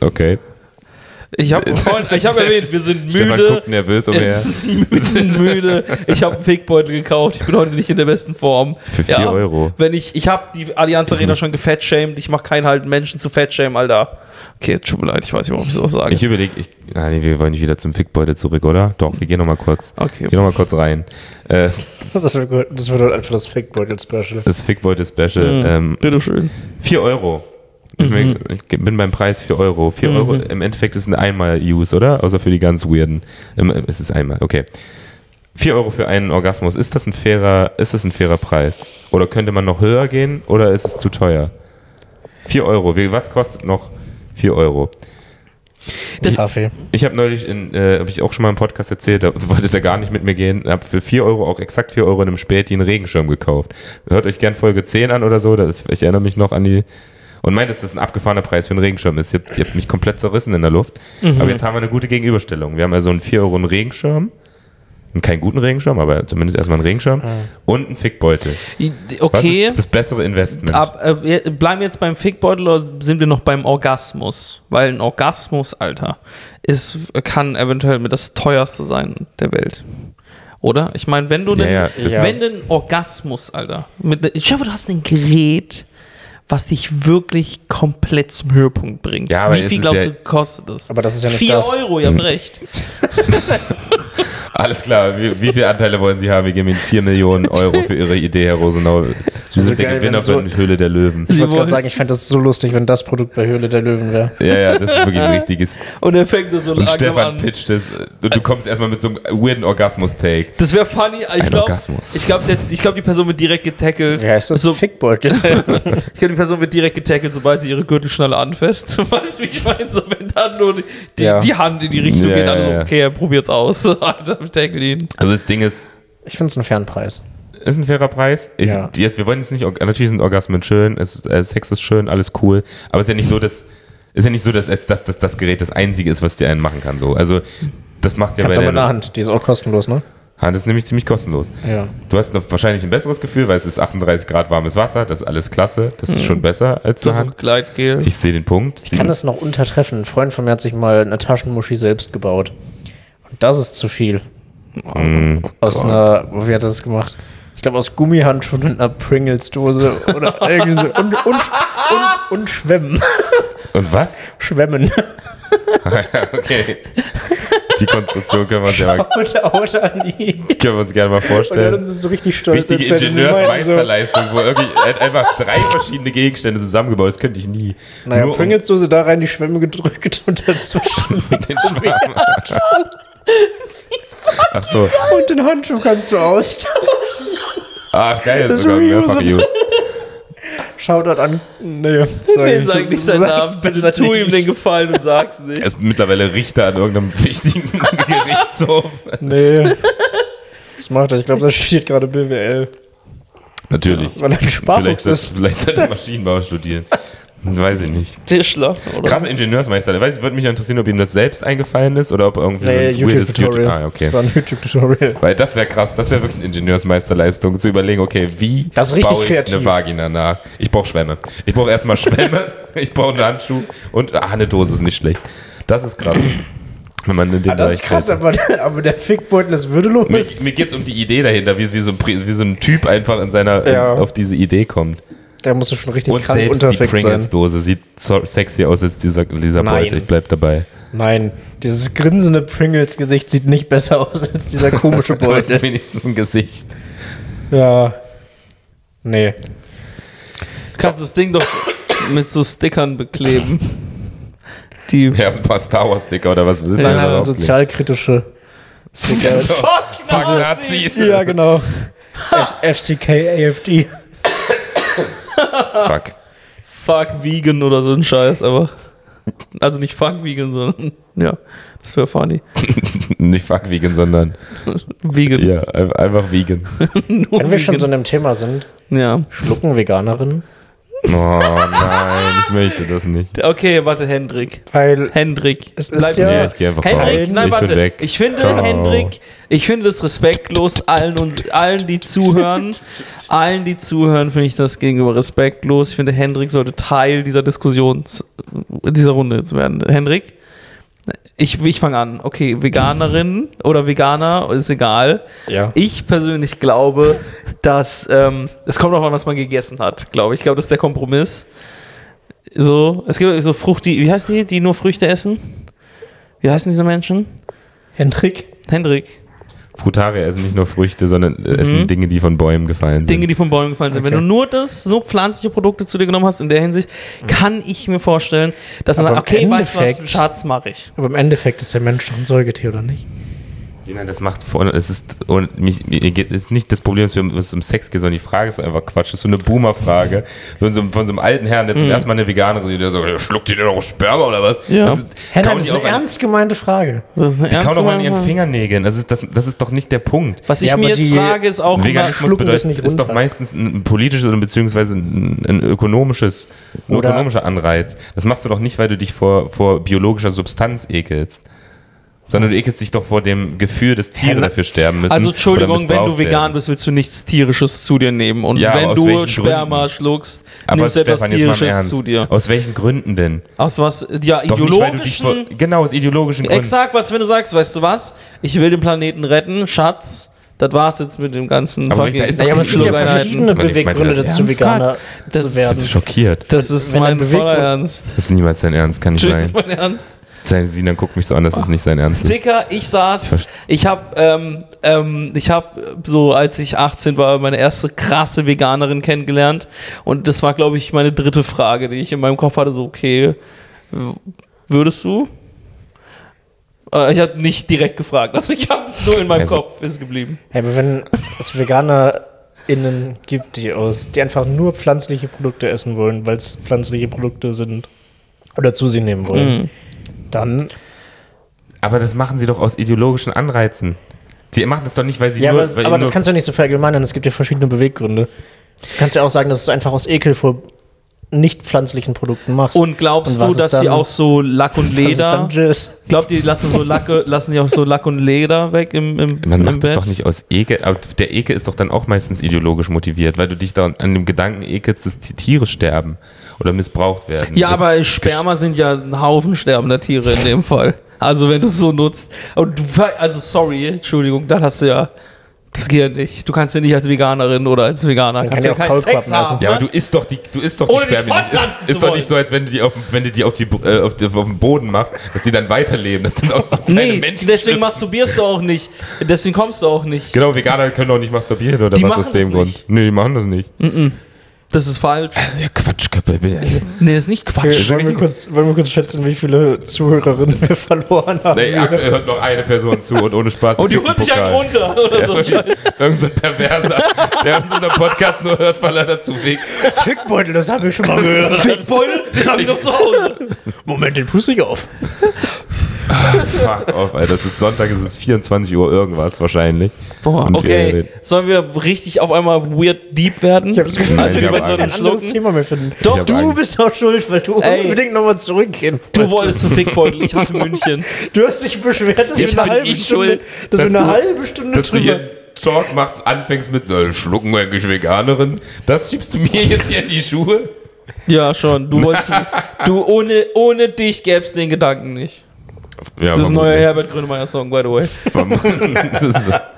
Okay. Ich habe ich habe erwähnt, wir sind Stefan müde. guckt nervös umher. Es ist müde, müde. Ich habe einen Fickbeutel gekauft. Ich bin heute nicht in der besten Form. Für vier Euro. Wenn ich, ich habe die Allianz Arena schon gefettshamed. Ich mache keinen halben Menschen zu fettshamen, Alter. Okay, tut mir leid, ich weiß nicht, warum ich sowas sage. Ich überlege, ich, ah, nee, wir wollen nicht wieder zum Fickbeutel zurück, oder? Doch, wir gehen nochmal kurz. Okay. Geh nochmal kurz rein. Äh, Das wird, gut. das wird halt einfach das Fake-Beutel-Special. das Mhm. Fickbeutel-Special. Ähm, Hm. Bitteschön. 4 Euro. Ich bin- Ich bin beim Preis 4 Euro. 4 Euro im Endeffekt ist ein Einmal-Use, oder? Außer für die ganz Weirden. Ähm, Es ist einmal, okay. 4 Euro für einen Orgasmus. Ist das ein fairer, ist das ein fairer Preis? Oder könnte man noch höher gehen oder ist es zu teuer? 4 Euro. Wie- Was kostet noch 4 Euro? Das- Kaffee. Ich habe neulich, in, äh, habe ich auch schon mal im Podcast erzählt, da wolltet ihr gar nicht mit mir gehen, habe für 4 Euro, auch exakt 4 Euro in einem Späti einen Regenschirm gekauft. Hört euch gern Folge 10 an oder so, das ist, ich erinnere mich noch an die, und meint, dass das ein abgefahrener Preis für einen Regenschirm ist. Ihr habt, ihr habt mich komplett zerrissen in der Luft. Mhm. Aber jetzt haben wir eine gute Gegenüberstellung. Wir haben also einen 4 Euro einen Regenschirm, einen keinen guten Regenschirm, aber zumindest erstmal einen Regenschirm und einen Fickbeutel. Was Ah. Okay, ist das bessere Investment? ab, äh, wir- bleiben wir jetzt beim Fickbeutel oder sind wir noch beim Orgasmus? Weil ein Orgasmus, Alter, ist, kann eventuell mit das teuerste sein der Welt. Oder? Ich meine, wenn du Ja, den, ja, das- wenn den Orgasmus, Alter, mit, ne- ich schaffe, du hast ein Gerät, was dich wirklich komplett zum Höhepunkt bringt. Ja, Hm. aber Wie es viel ist glaubst ja- du, kostet das? Aber das ist ja nicht Vier das. Euro, ihr habt recht. Alles klar, wie, wie viele Anteile wollen Sie haben? Wir geben Ihnen 4 Millionen Euro für Ihre Idee, Herr Rosenau. Sie so sind der geil, Gewinner wenn so- von Höhle der Löwen. Ich Sie wollte gerade wollen- sagen, ich fände das so lustig, wenn das Produkt bei Höhle der Löwen wäre. Ja, ja, das ist wirklich ein richtiges. Und er fängt das so Und langsam Stefan an. pitcht es. Und du kommst erstmal mit so einem weirden Orgasmus-Take. Das wäre funny. Ich Ein glaube, Orgasmus. ich glaub, der- ich glaub, die Person wird direkt getackelt. Wie heißt das? So, Fickbeutel. ich glaube, die Person wird direkt getackelt, sobald sie ihre Gürtelschnalle anfasst. Weißt du, wie ich meine? So, wenn dann nur die, die, Ja. die Hand in die Richtung Ja, geht, dann ja, so, ja. okay, er probiert's aus. Alter, ich tackle ihn. Also das Ding ist, ich finde es einen fairen Preis. ist ein fairer Preis. Ich, Ja. jetzt, wir wollen jetzt nicht, org- natürlich sind Orgasmen schön, es, äh, Sex ist schön, alles cool. Aber es ist ja nicht so, dass, ist ja nicht so, dass, als dass, dass das Gerät das einzige ist, was dir einen machen kann. So. Also das macht ja Kannst du bei aber in der der Hand. Die ist auch kostenlos, ne? Hand ist nämlich ziemlich kostenlos. Ja. Du hast noch wahrscheinlich ein besseres Gefühl, weil es ist 38 Grad warmes Wasser, das ist alles klasse, das ist Mhm. schon besser als So eine ein Hand. Gleitgel. Ich sehe den Punkt. Ich kann das noch untertreffen. Ein Freund von mir hat sich mal eine Taschenmuschi selbst gebaut. Und das ist zu viel. Oh Aus einer, wie hat er das gemacht? Ich glaube, aus Gummihandschuhen und einer Pringles-Dose oder irgendwie so. Und, und, und, und Schwemmen. Und was? Schwemmen. okay. Die Konstruktion können wir uns, ja mal, Haut, Haut an ihn. können wir uns gerne mal Und er hat vorstellen. uns das so richtig stolz Richtige erzählt und wir meinten so, Ingenieursmeisterleistung, wo irgendwie er hat einfach drei verschiedene Gegenstände zusammengebaut. Das könnte ich nie. Naja, Nur um Pringles-Dose da rein, die Schwämme gedrückt und dazwischen. den Schwarm. Ach so. und den Handschuh kannst du austauschen. Ach, geil, das Das ist ist sogar mehrfach reusable. used. Shoutout an. Nee, Nee, sag nicht seinen Namen. Bitte tu ihm den Gefallen und sag's nicht. Er ist mittlerweile Richter an irgendeinem wichtigen Gerichtshof. Nee. Was macht er? Ich glaube, da steht gerade BWL. Natürlich. Weil er ein Vielleicht, Sparfuchs das, ist. vielleicht sollte er Maschinenbau studieren. Das weiß ich nicht. Tischler, oder? Krasse Ingenieursmeister. Weiß ich, würde mich ja interessieren, ob ihm das selbst eingefallen ist oder ob er irgendwie Nee, so ein weirdes YouTube. YouTube-Tutorial. Ah, okay. Das war ein YouTube-Tutorial. Weil das wäre krass, das wäre wirklich eine Ingenieursmeisterleistung, zu überlegen, okay, wie Das ist richtig baue ich kreativ. eine Vagina nach? Ich brauche Schwämme. Ich brauche erstmal Schwämme, ich brauche einen Handschuh und ah, eine Dose ist nicht schlecht. Das ist krass. Wenn man in den Ah, das ist Bereich krass, geht. aber, aber der Fickbeutel ist würdelos. Mir, mir geht es um die Idee dahinter, wie, wie, so ein, Pri- wie so ein Typ einfach in seiner, Ja. auf diese Idee kommt. Der muss schon richtig Und krank selbst die unterfickt sein. Pringles-Dose sieht so sexy aus als dieser, dieser Nein. Beutel. Ich bleib dabei. Nein, dieses grinsende Pringles-Gesicht sieht nicht besser aus als dieser komische Du hast Beutel. wenigstens ein Gesicht. ja. Nee. Kannst das Ding doch mit so Stickern bekleben. Die. Ja, ein paar Star Wars-Sticker oder was. was ist Dann denn hat da sie drauf? also sozialkritische Sticker. So, fuck Nazis. ja, genau. F FCK AFD. Fuck. Fuck Vegan oder so ein Scheiß, aber. Also nicht Fuck Vegan, sondern. Ja, das wäre funny. Nicht fuck vegan, sondern Vegan. ja, ein- einfach vegan. Nur Wenn wir schon so vegan. in dem Thema sind, ja. schlucken Veganerinnen? Oh nein, ich möchte das nicht. Okay, warte, Hendrik. Weil Hendrik. es ist ja. Nee, ich gehe einfach Hendrik, raus. nein, ich warte. bin weg. Ich finde, Ciao. Hendrik, ich finde es respektlos allen und allen, die zuhören, allen, die zuhören, finde ich das gegenüber respektlos. Ich finde, Hendrik sollte Teil dieser Diskussion, dieser Runde jetzt werden. Hendrik, ich, ich fange an. Okay, Veganerin oder Veganer, ist egal. Ja. Ich persönlich glaube, dass ähm, es kommt auch an, was man gegessen hat, glaube ich. Ich glaube, das ist der Kompromiss. So, es gibt so Fruchti, wie heißen die, die nur Früchte essen? Wie heißen diese Menschen? Hendrik? Hendrik. Frutarier essen nicht nur Früchte, sondern äh, essen Mhm. Dinge, die von Bäumen gefallen sind. Dinge, die von Bäumen gefallen sind. Wenn Okay. du nur das, nur pflanzliche Produkte zu dir genommen hast, in der Hinsicht, kann ich mir vorstellen, dass man Aber sagt, okay, im weißt du was, Endeffekt- Schatz, mache ich. Aber im Endeffekt ist der Mensch doch ein Säugetier, oder nicht? Nein, das macht vorne. Es ist, und mich, mir geht, es ist nicht das Problem, dass wir um- dass es um Sex geht, sondern die Frage ist einfach Quatsch. Das ist so eine Boomer-Frage von, so, einem- von so einem alten Herrn, der zum ersten Mal eine Veganerin sieht, der so, "Ja, schluckt die denn auch Sperma oder was? Ja. Das ist, Henna, kauen das die ist eine auch an, ernst gemeinte Frage. Das ist eine kauen ernste doch mal an ihren Meinung. Fingernägeln. Das ist, das, das ist doch nicht der Punkt. Was ich Ja, mir aber jetzt die- frage, ist auch immer, Veganismus schlucken das bedeutet, nicht ist doch runter. meistens ein politisches oder beziehungsweise ein, ein ökonomisches, ein Oder- ökonomischer Anreiz. Das machst du doch nicht, weil du dich vor, vor biologischer Substanz ekelst. Sondern du ekelst dich doch vor dem Gefühl, dass Tiere Henna- dafür sterben müssen. also oder Entschuldigung, wenn missbraucht du vegan werden. bist, willst du nichts Tierisches zu dir nehmen. Und Ja, aber wenn aus du welchen Sperma Gründen? schluckst, Aber nimmst du etwas Stefan, jetzt mal im Tierisches Ernst. zu dir. Aus welchen Gründen denn? Aus was? Ja, Doch nicht, weil du dich vor, ideologischen. genau, aus ideologischen Gründen. Exakt, was wenn du sagst, weißt du was? Ich will den Planeten retten, Schatz. Das war's jetzt mit dem ganzen Aber da ist doch Ja, aber es gibt ja Schluckeinheiten. verschiedene Man- ich meine, Beweggründe das dazu, ernst gerade? Veganer Das zu ist- Ich bin werden. schockiert. Das ist Wenn mein ein Beweggrund- voller Ernst. Das ist niemals dein Ernst, kann nicht Das ist sein. mein Ernst. Sein- Sinan guckt mich so an, dass es nicht sein Ernst ist. Dicker, ich saß, verste- ich habe ähm, ähm, ich habe so, als ich 18 war, meine erste krasse Veganerin kennengelernt und das war, glaube ich, meine dritte Frage, die ich in meinem Kopf hatte, so, okay, w- würdest du? Äh, ich habe nicht direkt gefragt, also ich habe es nur in meinem Also- Kopf ist geblieben. Hey, aber wenn es VeganerInnen gibt, die aus, die einfach nur pflanzliche Produkte essen wollen, weil es pflanzliche Produkte sind oder zu sich nehmen Mhm. wollen, Mhm. dann Aber das machen sie doch aus ideologischen Anreizen. Sie machen das doch nicht, weil sie Ja, nur. aber, das, weil aber ihnen das nur- kannst du nicht so verallgemeinern. Es gibt ja verschiedene Beweggründe. Du kannst ja auch sagen, dass du es einfach aus Ekel vor nicht pflanzlichen Produkten machst. Und glaubst Und was du, ist dass die dann- auch so Lack und Das ist Leder? dann Jizz. Glaubt ihr, die lassen so Lacke, lassen die auch so Lack und Leder weg im, im, Man im macht das Bett? doch nicht aus Ekel, aber der Ekel ist doch dann auch meistens ideologisch motiviert, weil du dich da an dem Gedanken ekelst, dass die Tiere sterben oder missbraucht werden. Ja, Das- aber Sperma sind ja ein Haufen sterbender Tiere in dem Fall. Also wenn du es so nutzt. Und du, also sorry, Entschuldigung, dann hast du ja. Das geht ja nicht. Du kannst ja nicht als Veganerin oder als Veganer Man kannst kann ja ja auch keinen Sex Kaulquappen haben. essen. Ja, aber du isst doch die, du isst doch die Ohne dich Spermien nicht. fortpflanzen Ist, zu ist doch nicht wollen. so, als wenn du die auf, wenn du die auf, die, äh, auf, die, auf den Boden machst, dass die dann weiterleben. Das sind auch so kleine Nee, Menschen. deswegen masturbierst du auch nicht. Deswegen kommst du auch nicht. Genau, Veganer können doch nicht masturbieren oder Die was machen aus dem das nicht. Grund. Nee, die machen das nicht. Das ist falsch. Das ist ja Quatschköpfe. Ich bin ja- Nee, das ist nicht Quatsch. Äh, Wollen wir, kurz, wollen wir kurz schätzen, wie viele Zuhörerinnen wir verloren haben? Nee, aktuell hört noch eine Person zu und ohne Spaß. Und Oh, die du kriegst holt sich einen Pokal. runter oder so. Irgend so ein Perverser, der uns unseren Podcast nur hört, weil er dazu wächst. Fickbeutel, das habe ich schon mal gehört. Fickbeutel, den hab ich noch zu Hause. Moment, den puste ich auf. Fuck off, Alter. Es ist Sonntag, es ist 24 Uhr irgendwas wahrscheinlich. Boah, Und äh, wir okay. reden. Sollen wir richtig auf einmal weird deep werden? Ich habe das Gefühl, also ich wie hab bei so einem ein anderes Schlucken. Thema mehr finden. Doch, hab du, Angst. Du bist auch schuld, weil du Ey. unbedingt nochmal zurückgehen du wolltest. wolltest das Fickbeutel. Ich hatte München. Du hast dich beschwert, dass Ich wir eine bin halbe ich Stunde, schuld, dass wir dass eine du- halbe Stunde Dass du hier drüber einen Talk machst, anfängst mit so, schlucken wir eigentlich Veganerin. Das schiebst du mir jetzt hier in die Schuhe? Ja, schon. Du wolltest. du, ohne, ohne dich gäb's den Gedanken nicht. Ja, Das ist ein neuer Herbert Grönemeyer-Song, by the way. das ist, hat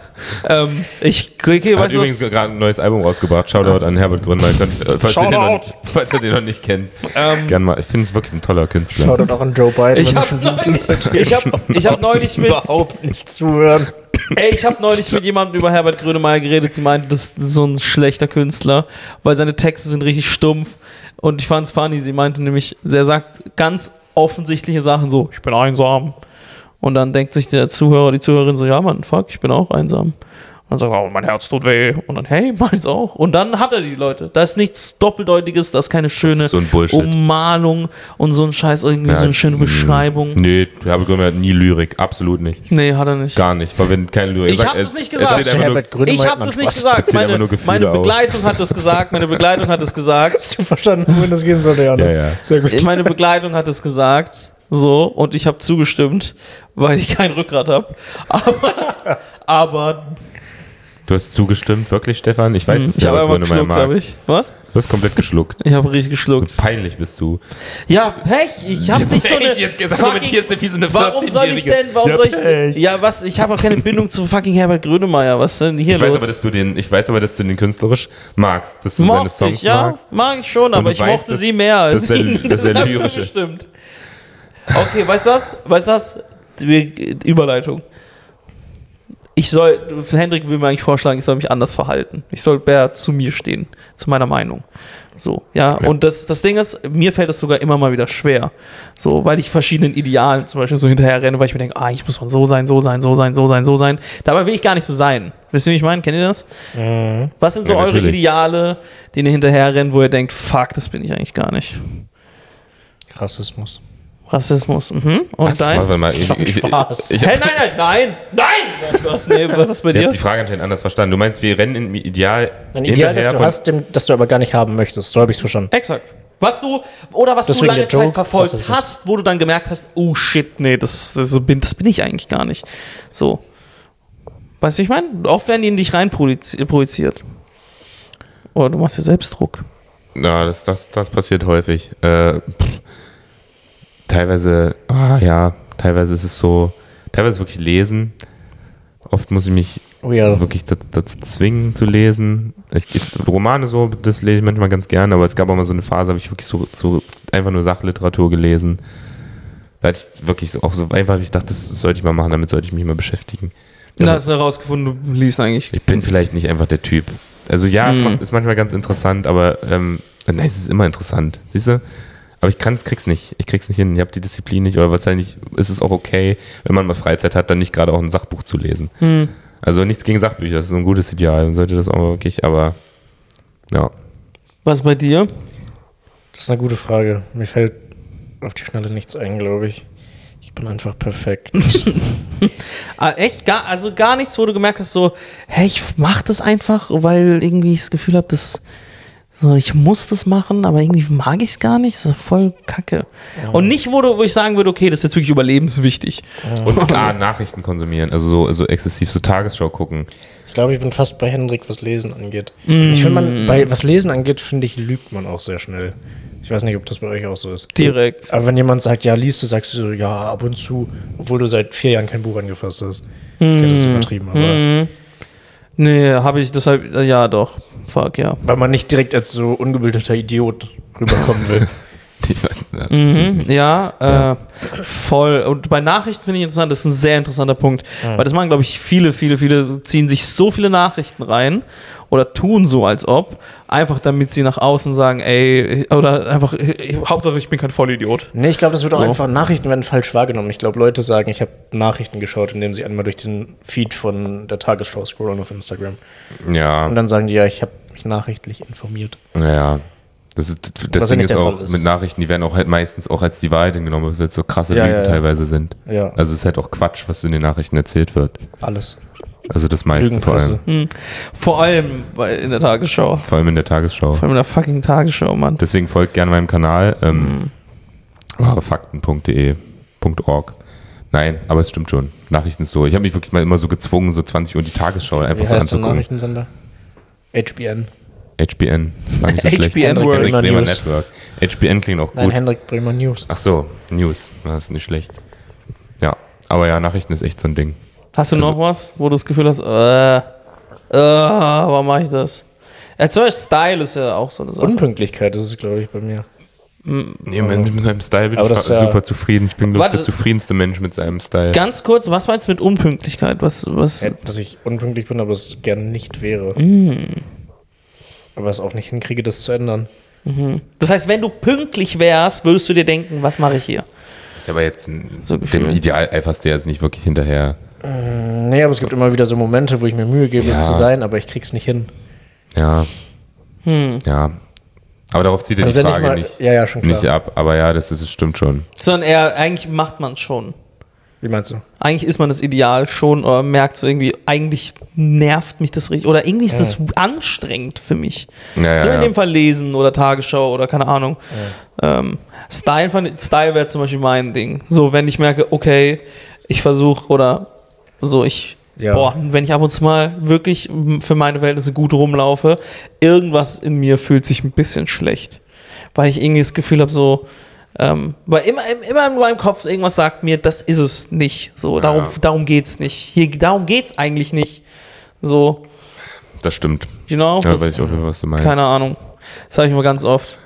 Ähm, ich kriege, weißt du, übrigens was, gerade ein neues Album rausgebracht. Shoutout an Herbert Grönemeyer. Könnt- äh, Falls, ihr den noch nicht- falls ihr den noch nicht kennt, Ähm, gern mal. Ich finde es wirklich ein toller Künstler. Shoutout auch an Joe Biden. ich wenn er habe schon neulich, ich hab, ich hab neulich mit, überhaupt nicht zuhören. ey, ich hab neulich mit jemandem über Herbert Grönemeyer geredet. Sie meinte, das ist so ein schlechter Künstler, weil seine Texte sind richtig stumpf. Und ich fand's funny. Sie meinte nämlich, er sagt ganz offensichtliche Sachen so: Ich bin einsam. Und dann denkt sich der Zuhörer, die Zuhörerin so: Ja, Mann, fuck, ich bin auch einsam. Und sagt, oh, mein Herz tut weh. Und dann, hey, meins auch. Und dann hat er die Leute. Da ist nichts Doppeldeutiges, da ist keine schöne ist so ein Bullshit. Ummalung und so ein Scheiß, irgendwie so eine schöne mh. Beschreibung. Hm. Nee, Herbert Grönemeyer hat nie Lyrik. Absolut nicht. Nee, hat er nicht. Gar nicht. Verwendet keine Lyrik. Ich Sagt, hab er- das nicht gesagt. erzählt einfach nur- Herbert Grönemeyer Ich hat habe man das nicht Spaß. gesagt. Erzähl Meine, einfach nur Gefühle meine auf. Begleitung hat das gesagt. Meine Begleitung hat es gesagt. Hast du verstanden, wohin das gehen sollte, Jana? Ja, ja. Sehr gut. Meine Begleitung hat es gesagt. So, und ich habe zugestimmt, weil ich kein Rückgrat habe. Aber, aber Du hast zugestimmt, wirklich, Stefan? Ich Hm. weiß, dass ich du habe Herbert einfach Grönemeyer geschluckt, habe magst. ich. Was? Du hast komplett geschluckt. Ich habe richtig geschluckt. Peinlich bist du. Ja, Pech. Ich habe nicht so eine. fucking, wie so eine warum soll ich denn? Warum Ja, soll ich? Pech. Ja, was? Ich habe auch keine Bindung zu fucking Herbert Grönemeyer. Was ist denn hier Ich weiß, los? aber, dass du den, ich weiß aber, dass du den künstlerisch magst, dass du seine Mochte Songs ich, ja, magst. mag ich schon, aber du ich weißt, mochte dass- sie mehr als dass er- ihn. dass er Deshalb lyrisch ist. zugestimmt. Okay, weißt du was? Weißt du was? Wir- Überleitung. Ich soll, Hendrik will mir eigentlich vorschlagen, ich soll mich anders verhalten. Ich soll mehr zu mir stehen, zu meiner Meinung. So, ja. Ja. Und das, das Ding ist, mir fällt das sogar immer mal wieder schwer. So, weil ich verschiedenen Idealen zum Beispiel so hinterher renne, weil ich mir denke, ah, ich muss man so sein, so sein, so sein, so sein, so sein. Dabei will ich gar nicht so sein. Wisst ihr, wie ich meine? Kennt ihr das? Was sind so Mhm. Ja, eure natürlich. Ideale, denen ihr hinterher rennt, wo ihr denkt, fuck, das bin ich eigentlich gar nicht? Rassismus. Rassismus. Mhm. Und Warte deins? mal, ich, ich, ich, Spaß. ich, Hä, nein, nein, nein, nein! Was, nee, was bei ich dir? hab die Frage anscheinend anders verstanden. Du meinst, wir rennen im Ideal Ein Ideal, das hinterher du von- hast, dem, das du aber gar nicht haben möchtest. So habe ich es verstanden. Exakt. Was du, oder was Deswegen du lange der Joke, Zeit verfolgt Rassismus. hast, wo du dann gemerkt hast, oh shit, nee, das, das, bin, das bin ich eigentlich gar nicht. So. Weißt du, wie ich meine? Oft werden die in dich rein projiz- projiziert. Oder du machst dir selbst Druck. Ja, das, das, das passiert häufig. Äh, pff, teilweise, ah ja, teilweise ist es so, teilweise wirklich lesen. Oft muss ich mich Oh ja. wirklich dazu, dazu zwingen zu lesen. Ich, ich, Romane so, das lese ich manchmal ganz gerne, aber es gab auch mal so eine Phase, habe ich wirklich so, so einfach nur Sachliteratur gelesen. Da hatte ich wirklich so, auch so einfach, ich dachte, das sollte ich mal machen, damit sollte ich mich mal beschäftigen. Also Na, hast du herausgefunden, du liest eigentlich. Ich bin vielleicht nicht einfach der Typ. Also ja, Mhm. es macht, ist manchmal ganz interessant, aber ähm, nein, es ist immer interessant. Siehst du? Aber ich kann's, krieg's nicht. Ich krieg's nicht hin. Ich habe die Disziplin nicht. Oder wahrscheinlich ist es auch okay, wenn man mal Freizeit hat, dann nicht gerade auch ein Sachbuch zu lesen. Hm. Also nichts gegen Sachbücher, das ist ein gutes Ideal. Dann sollte das auch wirklich, aber ja. Was bei dir? Das ist eine gute Frage. Mir fällt auf die Schnelle nichts ein, glaube ich. Ich bin einfach perfekt. Ah, echt? Gar, also gar nichts, wo du gemerkt hast, so, hey, ich mach das einfach, weil irgendwie ich das Gefühl habe, das. So, ich muss das machen, aber irgendwie mag ich es gar nicht. Das ist voll kacke. Und nicht, wo, du, wo ich sagen würde, okay, das ist jetzt wirklich überlebenswichtig. Und ah, Nachrichten konsumieren, also so also exzessiv, so Tagesschau gucken. Ich glaube, ich bin fast bei Hendrik, was Lesen angeht. Ich finde, man, bei was Lesen angeht, finde ich, lügt man auch sehr schnell. Ich weiß nicht, ob das bei euch auch so ist. Direkt. Aber wenn jemand sagt, ja, liest du, sagst du so, ja, ab und zu, obwohl du seit vier Jahren kein Buch angefasst hast. Okay, das ist übertrieben, aber Mhm. Nee, habe ich deshalb. Ja, doch. Fuck, ja. weil man nicht direkt als so ungebildeter Idiot rüberkommen will. Die, das Mhm, ja, Äh, voll. Und bei Nachrichten finde ich interessant, das ist ein sehr interessanter Punkt. Weil das machen, glaube ich, viele, viele, viele so ziehen sich so viele Nachrichten rein oder tun so, als ob, einfach damit sie nach außen sagen, ey, oder einfach, äh, Hauptsache ich bin kein Vollidiot. Nee, ich glaube, das wird So. auch einfach, Nachrichten werden falsch wahrgenommen. Ich glaube, Leute sagen, ich habe Nachrichten geschaut, indem sie einmal durch den Feed von der Tagesschau scrollen auf Instagram. Und ja, dann sagen die, ja, ich habe mich nachrichtlich informiert. ja. Das, ist, das Was Ding ja nicht ist der auch, Fall ist. mit Nachrichten, die werden auch halt meistens auch als die Wahrheit hingenommen, weil es halt so krasse Ja, Lügen ja, ja. teilweise sind. Ja, Also es ist halt auch Quatsch, was in den Nachrichten erzählt wird. alles. Also das meiste vor allem. Lügenpresse. Hm. Vor allem bei, in der Tagesschau. Vor allem in der Tagesschau. Vor allem in der fucking Tagesschau, Mann. Deswegen folgt gerne meinem Kanal Mhm. ähm, wahrefakten.de.org. Nein, aber es stimmt schon. Nachrichten ist so. Ich habe mich wirklich mal immer so gezwungen, so 20 Uhr die Tagesschau einfach Wie so heißt der anzugucken. Nachrichtensender? HBN. HBN. Ist gar nicht so schlecht. HBN Hendrik World Bremer News. Network. HBN klingt auch Nein, gut. Hendrik Bremer News. Ach so, News. Das ist nicht schlecht. Ja, aber ja, Nachrichten ist echt so ein Ding. Hast du noch was, wo du das Gefühl hast, äh, äh, warum mache ich das? Äh, zum Beispiel Style ist ja auch so eine Sache. Unpünktlichkeit ist es, glaube ich, bei mir. Nee, mein, mit meinem Style bin Aber ich das ist ja- super zufrieden. Ich bin, glaube ich, Warte. der zufriedenste Mensch mit seinem Style. Ganz kurz, was meinst du mit Unpünktlichkeit? Was, was? Ja, Äh, dass ich unpünktlich bin, aber es gerne nicht wäre. Mm. Aber es auch nicht hinkriege, das zu ändern. Das heißt, wenn du pünktlich wärst, würdest du dir denken, was mache ich hier? Ist aber jetzt ein, So dem Gefühl. Ideal eiferst du ja jetzt nicht wirklich hinterher. Nee, aber es gibt immer wieder so Momente, wo ich mir Mühe gebe, Ja. es zu sein, aber ich krieg's nicht hin. Ja. Ja. Aber darauf zieht er Hm. Also die wenn ich Frage mal- nicht, ja, ja, schon klar. nicht ab. Aber ja, das, ist, das stimmt schon. Sondern eher, eigentlich macht man es schon. Wie meinst du? Eigentlich ist man das Ideal schon, aber merkt so irgendwie, eigentlich nervt mich das richtig. Oder irgendwie ist das anstrengend für mich. Ja, ja, so in ja. dem Fall lesen oder Tagesschau oder keine Ahnung. Ähm, Style, fand ich- Style wäre zum Beispiel mein Ding. So, wenn ich merke, okay, ich versuche oder so, ich. Ja. Boah, wenn ich ab und zu mal wirklich m, für meine Verhältnisse gut rumlaufe, irgendwas in mir fühlt sich ein bisschen schlecht. Weil ich irgendwie das Gefühl habe, so, ähm, weil immer, im- immer in meinem Kopf irgendwas sagt mir, das ist es nicht. So, darum, darum geht's nicht. Hier, darum geht's eigentlich nicht. So, Das stimmt. you know? Ja, das- weiß ich auch, was du meinst. keine Ahnung. Das sage ich immer ganz oft.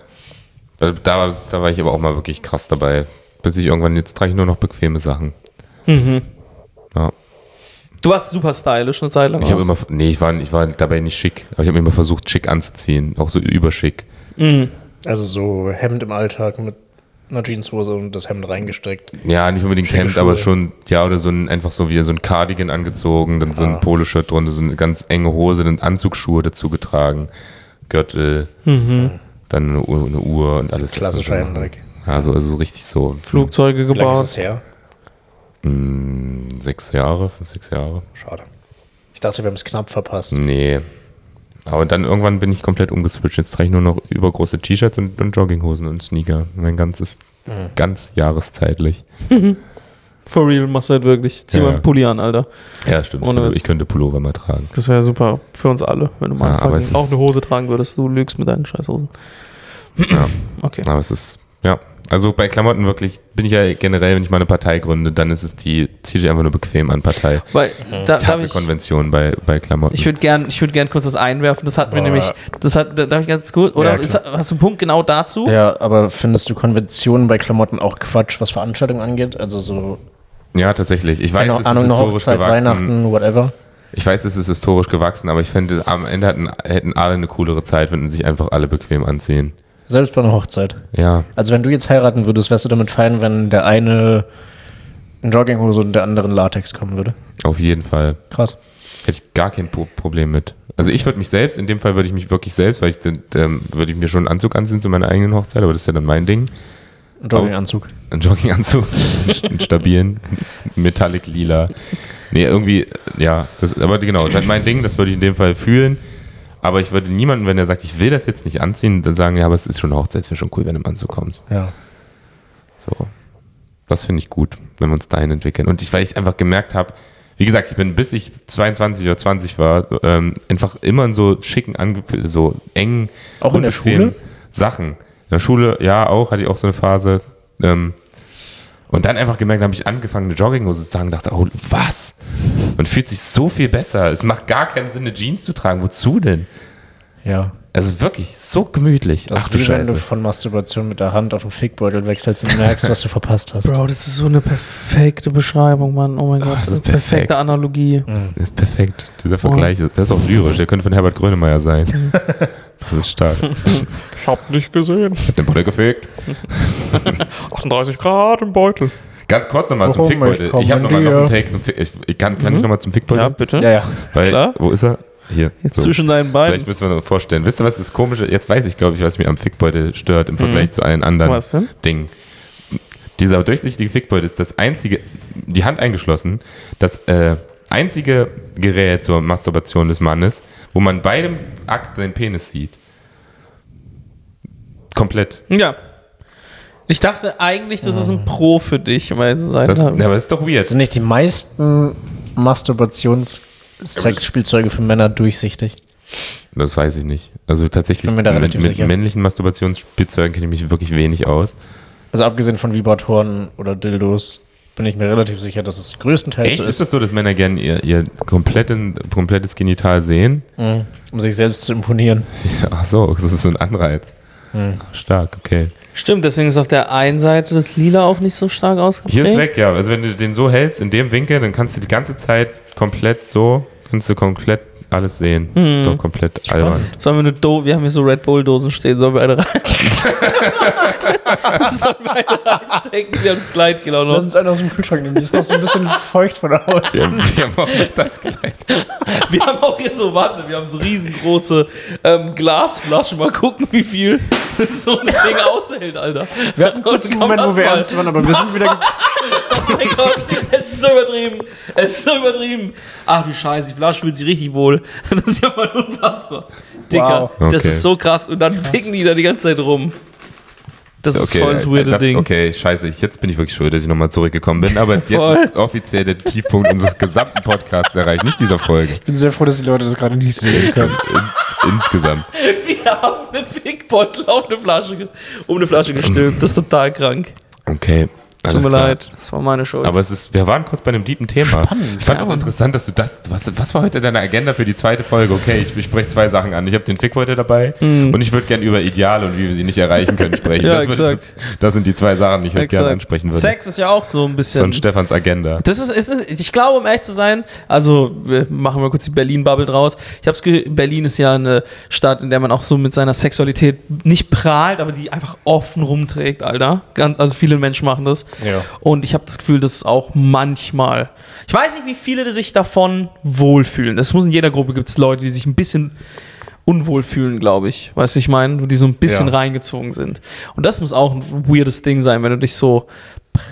Da, Äh, da, da war ich aber auch mal wirklich krass dabei. Bis ich irgendwann, jetzt trage ich nur noch bequeme Sachen. Mhm. Ja. Du warst super stylisch eine Zeit lang. Ich habe auch. immer, nee, ich war, ich war dabei nicht schick, aber ich habe immer versucht, schick anzuziehen. Auch so überschick. Also so Hemd im Alltag mit einer Jeanshose und das Hemd reingesteckt. Ja, nicht unbedingt Schicke Hemd, Schuhe. aber schon, ja, oder so ein, einfach so wie so ein Cardigan angezogen, dann so ein Ah. Poloshirt drunter, so eine ganz enge Hose, dann Anzugsschuhe dazu getragen, Gürtel, dann eine Uhr, eine Uhr und alles. Mhm. Klassischer Hendrik. Ja, so, also so richtig so. Flugzeuge Wie lange ist gebaut. es her? Hm, Sechs Jahre, fünf, sechs Jahre. Schade. Ich dachte, wir haben es knapp verpasst. Nee. Aber dann irgendwann bin ich komplett umgeswitcht. Jetzt trage ich nur noch übergroße T-Shirts und, und Jogginghosen und Sneaker. Mein ganzes, Mhm. ganz jahreszeitlich. For real machst du halt wirklich. Zieh Ja, mal ja. einen Pulli an, Alter. Ja, stimmt. Ohne ich, könnte, Witz. ich könnte Pullover mal tragen. Das wäre super für uns alle, wenn du mal Ja, einen aber fucking- es ist- auch eine Hose tragen würdest. Du lügst mit deinen Scheißhosen. Ja. Okay. Aber es ist, ja. Also bei Klamotten wirklich bin ich ja generell, wenn ich mal eine Partei gründe, dann ist es die Zieh dich einfach nur bequem an, Partei. Weil, da, Ich darf hasse ich, Konventionen bei, bei Klamotten. ich würde gern, ich würd gern kurz das einwerfen. Das hatten wir Boah. nämlich. Das hat, da- darf ich ganz kurz? Oder Ja, klar. ist, hast du einen Punkt genau dazu? Ja, aber findest du Konventionen bei Klamotten auch Quatsch, was Veranstaltungen angeht? Also so, ja, tatsächlich. Ich weiß, es keine ist Ahnung, eine historisch Hochzeit, gewachsen. Weihnachten, whatever. Ich weiß, es ist historisch gewachsen, aber ich finde, am Ende hatten, hätten alle eine coolere Zeit, wenn sie sich einfach alle bequem anziehen. Selbst bei einer Hochzeit. Ja. Also wenn du jetzt heiraten würdest, wärst du damit fein, wenn der eine in Jogginghose und der andere in Latex kommen würde. Auf jeden Fall. Krass. Hätte ich gar kein Pro Problem mit. Also ich würde mich selbst, in dem Fall würde ich mich wirklich selbst, weil ich den- ähm, würde ich mir schon einen Anzug anziehen zu meiner eigenen Hochzeit, aber das ist ja dann mein Ding. Ein Oh. Jogginganzug. Einen Jogginganzug, einen stabilen, metallic lila. Nee, irgendwie, äh, ja, das, aber genau, ist halt mein Ding, das würde ich in dem Fall fühlen. Aber ich würde niemanden, wenn er sagt, ich will das jetzt nicht anziehen, dann sagen, ja, aber es ist schon eine Hochzeit, es wäre schon cool, wenn du im Anzug kommst. Ja. So. Das finde ich gut, wenn wir uns dahin entwickeln. Und ich, weil ich einfach gemerkt habe, wie gesagt, ich bin bis ich 22 oder 20 war, ähm, einfach immer in so schicken, ange- so engen, Auch in der unbequemen Schule? Sachen. In der Schule, ja, auch, hatte ich auch so eine Phase. Ähm, und dann einfach gemerkt, habe ich angefangen, eine Jogginghose zu tragen, dachte, oh, was? Man fühlt sich so viel besser. Es macht gar keinen Sinn, eine Jeans zu tragen. Wozu denn? Ja. Also wirklich, so gemütlich. Das Ach du ist wie wenn du Scheiße. von Masturbation mit der Hand auf den Fickbeutel wechselst und merkst, was du verpasst hast. Bro, das ist so eine perfekte Beschreibung, Mann. Oh mein Gott, Ah, das das ist ist eine perfekte perfekt. Analogie. Das ist perfekt. Dieser Vergleich ist, das ist auch lyrisch. Der könnte von Herbert Grönemeyer sein. Das ist stark. Ich hab nicht gesehen. Ich hab den Beutel gefegt. 38 Grad im Beutel. Ganz kurz nochmal zum Warum Fickbeutel. ich komme Ich habe nochmal dir? noch einen Take zum Fick. Ich, ich kann kann ich nochmal zum Mhm. Ja, Fickbeutel? bitte. Ja, ja. Weil, klar. Wo ist er? Hier. Jetzt So. zwischen deinen Beinen. Vielleicht müssen wir noch vorstellen. Wisst ihr, was das Komische? Jetzt weiß ich, glaube ich, was mir am Fickbeutel stört im Vergleich zu allen anderen Mhm. Was denn? Dingen. Dieser durchsichtige Fickbeutel ist das einzige, die Hand eingeschlossen, das äh, einzige Gerät zur Masturbation des Mannes, wo man bei dem Akt seinen Penis sieht. Komplett. Ja. Ich dachte eigentlich, das ist ein Pro für dich, weil sie sein Das, haben. ja, aber das ist doch weird. Sind nicht die meisten Masturbations-Sexspielzeuge für Männer durchsichtig? Das weiß ich nicht. Also tatsächlich Bin mir da mit, relativ mit sicher. männlichen Masturbationsspielzeugen kenne ich mich wirklich wenig aus. Also abgesehen von Vibratoren oder Dildos bin ich mir relativ sicher, dass Also es größtenteils Echt? so ist ist, das so, dass Männer gerne ihr, ihr kompletten, komplettes Genital sehen? um sich selbst zu imponieren. Ach so, das ist so ein Anreiz. Hm. Stark, okay. Stimmt, deswegen ist auf der einen Seite das Lila auch nicht so stark ausgeprägt. Hier ist weg, ja. Also wenn du den so hältst, in dem Winkel, dann kannst du die ganze Zeit komplett so, kannst du komplett alles sehen. Hm. Das ist doch komplett albern. Sollen wir eine Do wir haben hier so Red Bull Dosen stehen, sollen wir eine rein? sollen wir eine reinstecken? Wir haben das Kleid genau noch. einen aus dem Kühlschrank nehmen, die ist noch so ein bisschen feucht von außen. Wir, haben- wir haben auch noch das gleich. Wir haben auch hier so, warte, wir haben so riesengroße ähm, Glasflaschen. Mal gucken, wie viel so ein Ding aushält, Alter. Wir hatten kurz einen Und Moment, komm, wo wir lass ernst waren, aber wir sind wieder. Oh mein Gott, es ist so übertrieben. Es ist so übertrieben. Ach du Scheiße, die Flasche fühlt sich richtig wohl. Das ist ja mal unfassbar. Dicker, Wow. das Okay. ist so krass. Und dann picken die da die ganze Zeit rum. Das ist voll das weirde das, Ding. Okay, scheiße, ich, jetzt bin ich wirklich schuld, dass ich nochmal zurückgekommen bin, aber jetzt ist offiziell der Tiefpunkt unseres gesamten Podcasts erreicht, nicht dieser Folge. Ich bin sehr froh, dass die Leute das gerade nicht sehen können. Ins, insgesamt. Wir haben einen Pickbeutel auf eine Flasche, ge- um eine Flasche gestülpt. Das ist total krank. Okay. Tut mir leid, das war meine Schuld. Aber es ist, wir waren kurz bei einem deepen Thema. ich fand auch interessant, dass du das, was, was war heute deine Agenda für die zweite Folge? Okay, ich bespreche zwei Sachen an. Ich habe den Fick heute dabei und ich würde gern über Ideale und wie wir sie nicht erreichen können sprechen. Mhm. Ja, das, würde- exakt. das, das sind die zwei Sachen, die ich heute gerne ansprechen würde. Sex ist ja auch so ein bisschen. Von Stefans Agenda. Das ist, ist, ist, ich glaube, um ehrlich zu sein, also wir machen wir kurz die Berlin-Bubble draus. Ich hab's ge Berlin ist ja eine Stadt, in der man auch so mit seiner Sexualität nicht prahlt, aber die einfach offen rumträgt, Alter. Ganz, also viele Menschen machen das. Ja. Und ich habe das Gefühl, dass auch manchmal. Ich weiß nicht, wie viele sich davon wohlfühlen. Es muss in jeder Gruppe gibt's Leute, die sich ein bisschen unwohl fühlen, glaube ich. Weißt du, ich meine, die so ein bisschen Ja. reingezogen sind. Und das muss auch ein weirdes Ding sein, wenn du dich so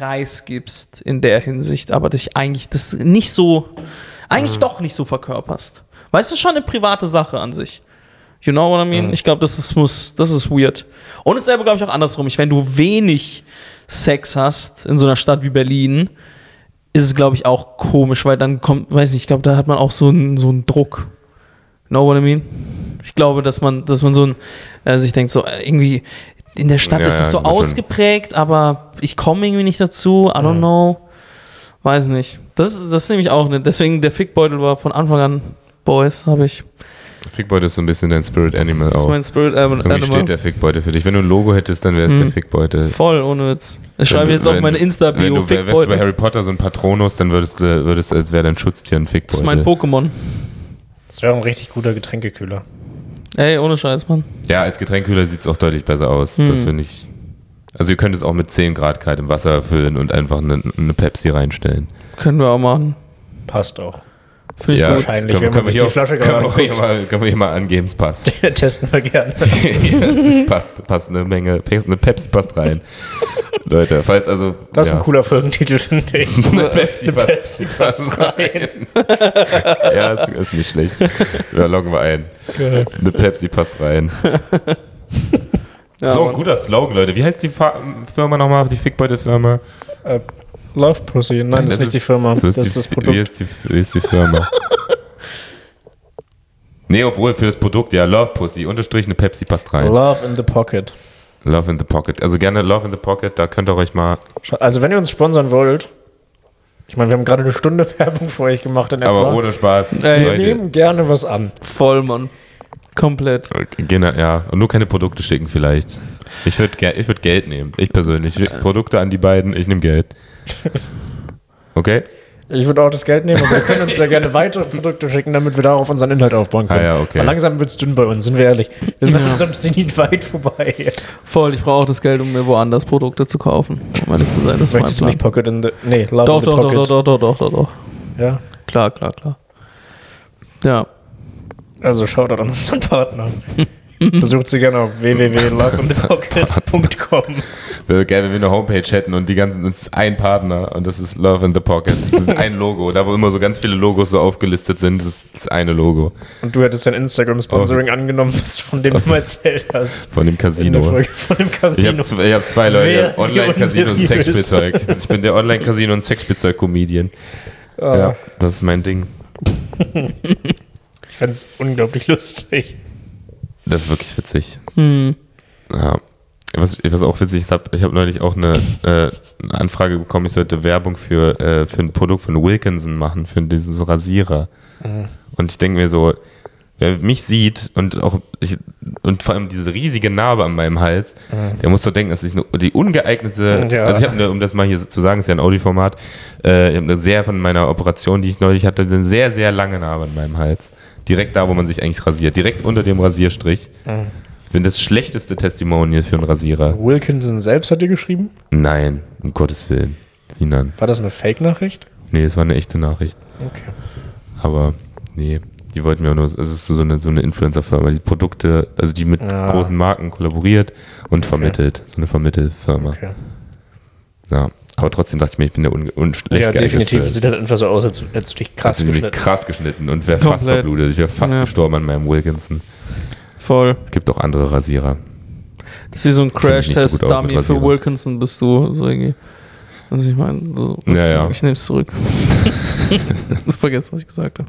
preisgibst in der Hinsicht, aber dich eigentlich das nicht so, eigentlich doch nicht so verkörperst. Weißt du, schon eine private Sache an sich. You know what I mean? Ich glaube, das ist muss, das ist weird. Und dasselbe glaube ich auch andersrum. Ich, wenn du wenig Sex hast in so einer Stadt wie Berlin, ist es glaube ich auch komisch, weil dann kommt, weiß nicht, ich glaube, da hat man auch so einen so einen Druck. Know what I mean? Ich glaube, dass man, dass man so ein, äh, sich denkt, so äh, irgendwie in der Stadt Ja, ist es ja, so wird schon. ausgeprägt, aber ich komme irgendwie nicht dazu. I don't know. Weiß nicht. Das, das ist nämlich auch, ne? deswegen der Fickbeutel war von Anfang an Boys, habe ich. Fickbeutel ist so ein bisschen dein Spirit Animal Das ist auch. mein Spirit ähm, Oh. Irgendwie steht Animal. der Fickbeutel für dich. Wenn du ein Logo hättest, dann wäre es Hm. der Fickbeutel. Voll, ohne Witz. Ich Wenn schreibe du- jetzt auf wenn meine du- Wenn Insta-Bio du wär- wärst du bei Fickbeutel. Harry Potter so ein Patronus, dann würdest du, würdest, du, als wäre dein Schutztier ein Fickbeutel. Das ist mein Pokémon. Das wäre ein richtig guter Getränkekühler. Ey, ohne Scheiß, Mann. Ja, als Getränkkühler sieht es auch deutlich besser aus. Das Hm. finde ich. Also ihr könnt es auch mit 10 Grad kaltem Wasser füllen und einfach eine, eine Pepsi reinstellen. Können wir auch machen. Passt auch. Finde ich ja, gut. wahrscheinlich, können- wenn man können wir sich hier die Flasche können gerade wir hier mal, können wir hier mal angeben, es passt. Testen wir gerne. ja, das passt, passt eine Menge, passt eine Pepsi passt rein. Leute, falls also Das ist ja, ein cooler Folgentitel, finde ich. eine Pepsi Eine passt, Pepsi passt rein. ja, ist, ist nicht schlecht. Ja, loggen wir ein. Geil. Eine Pepsi passt rein. Ja, so, ein Mann. guter Slogan, Leute. Wie heißt die Fa Firma nochmal? Die Fickbeutel-Firma? Äh, Love Pussy. Nein, das, ist nicht die Firma. so das die ist das Fi- Wie Produkt. ist die, wie ist die Firma? nee, obwohl für das Produkt, ja, Love Pussy, unterstrich eine Pepsi passt rein. Love in the Pocket. Love in the Pocket. Also gerne Love in the Pocket, da könnt ihr euch mal Scha- Also, wenn ihr uns sponsern wollt, ich meine, wir haben gerade eine Stunde Werbung für euch gemacht. In Aber etwa. ohne Spaß. Ey, wir Leute, nehmen gerne was an. Voll, Mann. Komplett. genau, ja. Und nur keine Produkte schicken vielleicht. Ich würde ich würd Geld nehmen. Ich persönlich. Ich schick Produkte an die beiden, ich nehme Geld. Okay? Ich würde auch das Geld nehmen, aber wir können uns ja gerne weitere Produkte schicken, damit wir darauf unseren Inhalt aufbauen können. Ah ja, okay. Weil langsam wird es dünn bei uns, sind wir ehrlich. Wir sind ja. sonst nicht weit vorbei. Voll, ich brauche auch das Geld, um mir woanders Produkte zu kaufen. Um ehrlich zu sein, das ist mein Möchtest du Plan. nicht Pocket in the... Nee, Love Doch, in the doch, doch, Pocket. doch, doch, doch, doch, doch, doch. Ja, Klar, klar, klar. Ja. also Shoutout an unseren Partner. Besucht sie gerne auf www.loveinthepocket.com. Wäre geil, wenn wir eine Homepage hätten und die ganzen, das ist ein Partner und das ist Love in the Pocket. Das ist ein Logo. Da, wo immer so ganz viele Logos so aufgelistet sind, das ist das eine Logo Und du hättest dein Instagram-Sponsoring Oh, jetzt- angenommen, was von dem du mal erzählt hast. von dem In der Casino. Folge von dem Ich Casino. habe zwei, ich hab zwei Leute, Wer- Online-Casino und unseriös. Sexspielzeug. Ich bin der Online-Casino und Sexspielzeug-Comedian. Ah, Ja, das ist mein Ding. Ich fände es unglaublich lustig. Das ist wirklich witzig. Hm. Ja. Was, was auch witzig ist, hab, ich habe neulich auch eine, äh, eine Anfrage bekommen, ich sollte Werbung für, äh, für ein Produkt von Wilkinson machen, für diesen so Rasierer. Und ich denke mir so, wer mich sieht und auch ich, und vor allem diese riesige Narbe an meinem Hals, der muss doch denken, dass ich eine, die ungeeignete, Ja. also ich habe, eine- um das mal hier zu sagen, ist ja ein Audi-Format, äh, ich habe eine sehr von meiner Operation, die ich neulich hatte, eine sehr, sehr lange Narbe an meinem Hals. Direkt da, wo man sich eigentlich rasiert, direkt unter dem Rasierstrich. Ich bin das schlechteste Testimonial für einen Rasierer. Wilkinson selbst hat dir geschrieben? Nein, um Gottes Willen. Sinan. War das eine Fake-Nachricht? Nee, es war eine echte Nachricht. Okay. Aber nee, die wollten mir auch nur, also es ist so eine, so eine Influencer-Firma, die Produkte, also die mit Ja. großen Marken kollaboriert und vermittelt. So eine Vermittelfirma. okay. Ja. Aber trotzdem dachte ich mir, ich bin der un un schlecht Ja, definitiv. geeignetste. Sieht halt einfach so aus, als hättest du dich krass Ich bin nämlich geschnitten. krass geschnitten und wäre fast Komplett. verblutet. Ich wäre fast Ja. gestorben an meinem Wilkinson. Voll. Es gibt auch andere Rasierer. Das ist wie so ein kenn mich nicht so gut aus mit Crash-Test-Dummy für Rasierern. Wilkinson bist du. So irgendwie. Also ich meine, so, Ja, ja. ich nehme es zurück. Vergesst, was ich gesagt habe.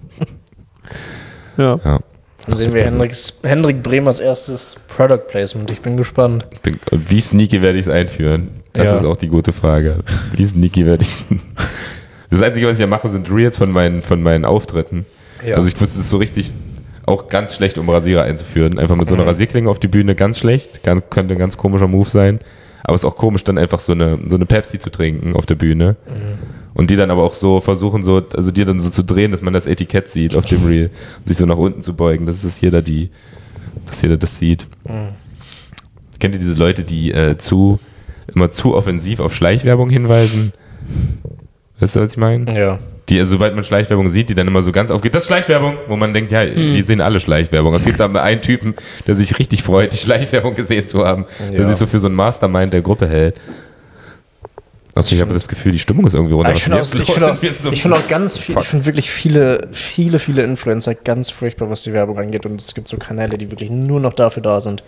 Ja. Ja. Dann sehen wir Hendrix, Hendrik Bremers erstes Product Placement. Ich bin gespannt. Ich Bin, und wie sneaky werde ich es einführen? Das Ja. ist auch die gute Frage. Wie sneaky werde ich Das Einzige, was ich ja mache, sind Reels von meinen, von meinen Auftritten. Ja. Also ich muss es so richtig auch ganz schlecht, um Rasierer einzuführen. Einfach mit so einer Rasierklinge auf die Bühne, ganz schlecht. Ganz, könnte ein ganz komischer Move sein. Aber es ist auch komisch, dann einfach so eine, so eine Pepsi zu trinken auf der Bühne. Und die dann aber auch so versuchen, so, also dir dann so zu drehen, dass man das Etikett sieht auf dem Reel. Und sich so nach unten zu beugen, dass es jeder die, dass jeder das sieht. Kennt ihr diese Leute, die äh, zu, immer zu offensiv auf Schleichwerbung hinweisen? Weißt du, was ich meine? Ja. Die, also, sobald man Schleichwerbung sieht, die dann immer so ganz aufgeht, das ist Schleichwerbung, wo man denkt, ja, Hm. wir sehen alle Schleichwerbung. Es gibt da einen Typen, der sich richtig freut, die Schleichwerbung gesehen zu haben, der Ja. sich so für so ein Mastermind der Gruppe hält. Also ich habe das Gefühl, die Stimmung ist irgendwie runter. ich finde Was ist auch, denn ich jetzt find los? auch, Sind wir in so einem- ich find auch ganz viel, Fuck. ich finde wirklich viele, viele, viele Influencer ganz furchtbar, was die Werbung angeht. Und es gibt so Kanäle, die wirklich nur noch dafür da sind.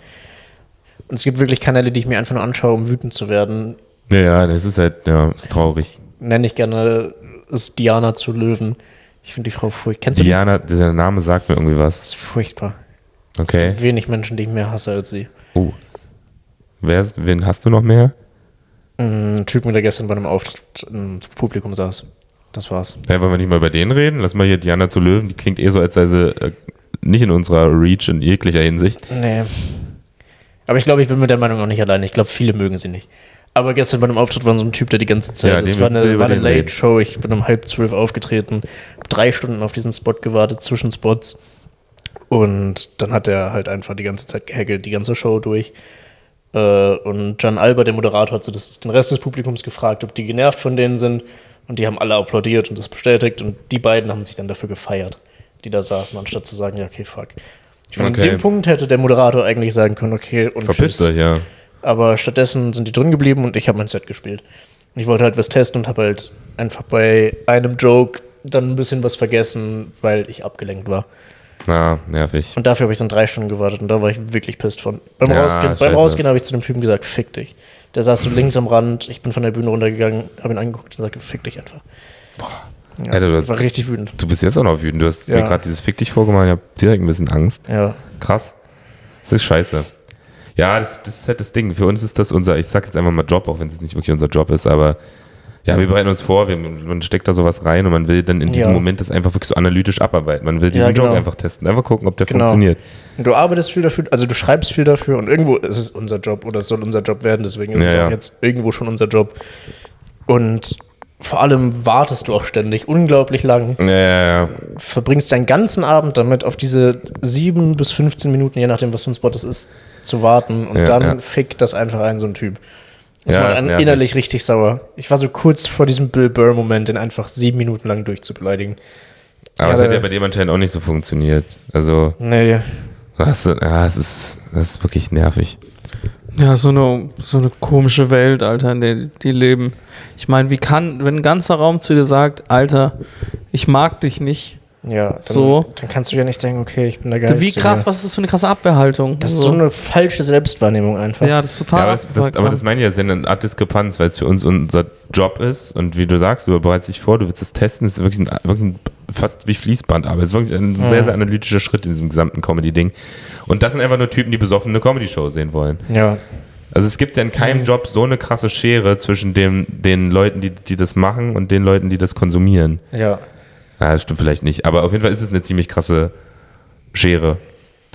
Und es gibt wirklich Kanäle, die ich mir einfach nur anschaue, um wütend zu werden. Ja, ja, das ist halt, ja, ist traurig. Nenne ich gerne ist Diana zu Löwen. Ich finde die Frau furchtbar. Kennst du die? Diana, dieser Name sagt mir irgendwie was. Das ist furchtbar. Es Okay. gibt wenig Menschen, die ich mehr hasse als sie. Oh. Wer ist, wen hast du noch mehr? Mm, Ein Typen, der gestern bei einem Auftritt im Publikum saß. Das war's. Ja, wollen wir nicht mal über den reden? Lass mal hier Diana zu Löwen, die klingt eh so, als sei sie äh, nicht in unserer Reach in jeglicher Hinsicht. Nee. Aber ich glaube, ich bin mit der Meinung auch nicht allein. Ich glaube, viele mögen sie nicht. Aber gestern bei einem Auftritt war so ein Typ, der die ganze Zeit. Ja, das den war will- will eine, über war eine den reden. Late-Show. Ich bin um halb zwölf aufgetreten, hab drei Stunden auf diesen Spot gewartet, zwischen Spots. Und dann hat er halt einfach die ganze Zeit gehackelt, die ganze Show durch. Äh, Und Gian Alba, der Moderator, hat so das, den Rest des Publikums gefragt, ob die genervt von denen sind. Und die haben alle applaudiert und das bestätigt. Und die beiden haben sich dann dafür gefeiert, die da saßen, anstatt zu sagen, ja, okay, fuck. Ich finde, Okay. an dem Punkt hätte der Moderator eigentlich sagen können, okay, und Verpisst tschüss. euch, ja. Aber stattdessen sind die drin geblieben und ich habe mein Set gespielt. Und Ich wollte halt was testen und habe halt einfach bei einem Joke dann ein bisschen was vergessen, weil ich abgelenkt war. Na, nervig. Und dafür habe ich dann drei Stunden gewartet und da war ich wirklich pissed von. Beim Ja, Rausgehen, beim scheiße. Rausgehen habe ich zu dem Typen gesagt, fick dich. Der saß so links am Rand, ich bin von der Bühne runtergegangen, habe ihn angeguckt und sagte, fick dich einfach. Ja, Alter, du ich war hast- richtig wütend. Du bist jetzt auch noch wütend. Du hast Ja. mir gerade dieses Fick dich vorgemacht. Ich habe direkt ein bisschen Angst. Ja. Krass. Das ist scheiße. Ja, das, das ist halt das Ding. Für uns ist das unser, ich sag jetzt einfach mal Job, auch wenn es nicht wirklich unser Job ist, aber ja, wir bereiten uns vor, wir, man steckt da sowas rein und man will dann in diesem Ja. Moment das einfach wirklich so analytisch abarbeiten. Man will Ja, diesen Job genau. einfach testen, einfach gucken, ob der Genau. funktioniert. Und Du arbeitest viel dafür, also du schreibst viel dafür und irgendwo ist es unser Job oder es soll unser Job werden, deswegen ist Ja, es ja. auch jetzt irgendwo schon unser Job. Und vor allem wartest du auch ständig unglaublich lang, Ja, ja, ja. verbringst deinen ganzen Abend damit, auf diese 7 bis 15 Minuten, je nachdem, was für ein Spot das ist, zu warten und Ja, dann ja. fickt das einfach ein, so ein Typ. Das Ja, macht ist einen nervig. innerlich richtig sauer. Ich war so kurz vor diesem Bill Burr-Moment, den einfach sieben Minuten lang durchzubeleidigen. Aber Ja, es hat aber- ja bei dem anscheinend auch nicht so funktioniert. Also, Nee, das, ja, es ist, das ist wirklich nervig. Ja, so eine, so eine komische Welt, Alter, in der die leben. Ich meine, wie kann, wenn ein ganzer Raum zu dir sagt, Alter, ich mag dich nicht, ja, dann, So. dann kannst du ja nicht denken, okay, ich bin der Geilste. wie krass, hier. was ist das für eine krasse Abwehrhaltung? Das ist so eine falsche Selbstwahrnehmung einfach. ja, das ist total Ja, aber, das, das, abgefuckt, ne? aber Mann. das meine ich ja, es ist ja eine Art Diskrepanz, weil es für uns unser Job ist und wie du sagst, du bereitest dich vor, du willst es testen, es ist wirklich, ein, wirklich ein, fast wie Fließbandarbeit. Es ist wirklich ein sehr, sehr analytischer Schritt in diesem gesamten Comedy-Ding. Und das sind einfach nur Typen, die besoffene Comedy-Show sehen wollen. Ja. Also es gibt ja in keinem Job so eine krasse Schere zwischen dem, den Leuten, die, die das machen und den Leuten, die das konsumieren. Ja. Ja, das stimmt vielleicht nicht, aber auf jeden Fall ist es eine ziemlich krasse Schere.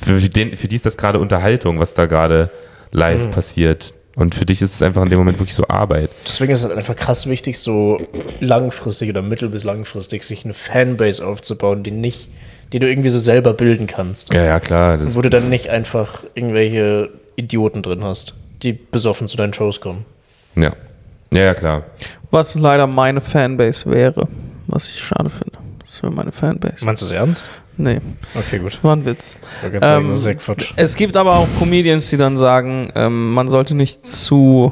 Für, den, für die ist das gerade Unterhaltung, was da gerade live Mhm. passiert. Und für dich ist es einfach in dem Moment wirklich so Arbeit. Deswegen ist es halt einfach krass wichtig, so langfristig oder mittel- bis langfristig sich eine Fanbase aufzubauen, die nicht, die du irgendwie so selber bilden kannst. Ja, ja, klar. Das Wo du dann nicht einfach irgendwelche Idioten drin hast, die besoffen zu deinen Shows kommen. ja. ja, ja, klar. was leider meine Fanbase wäre, was ich schade finde. Das wäre meine Fanbase. Meinst du es ernst? Nee, Okay, gut. war ein Witz. Ich wollte gerade sagen, Ähm, das ist ja Quatsch. Es gibt aber auch Comedians, die dann sagen, ähm, man sollte nicht zu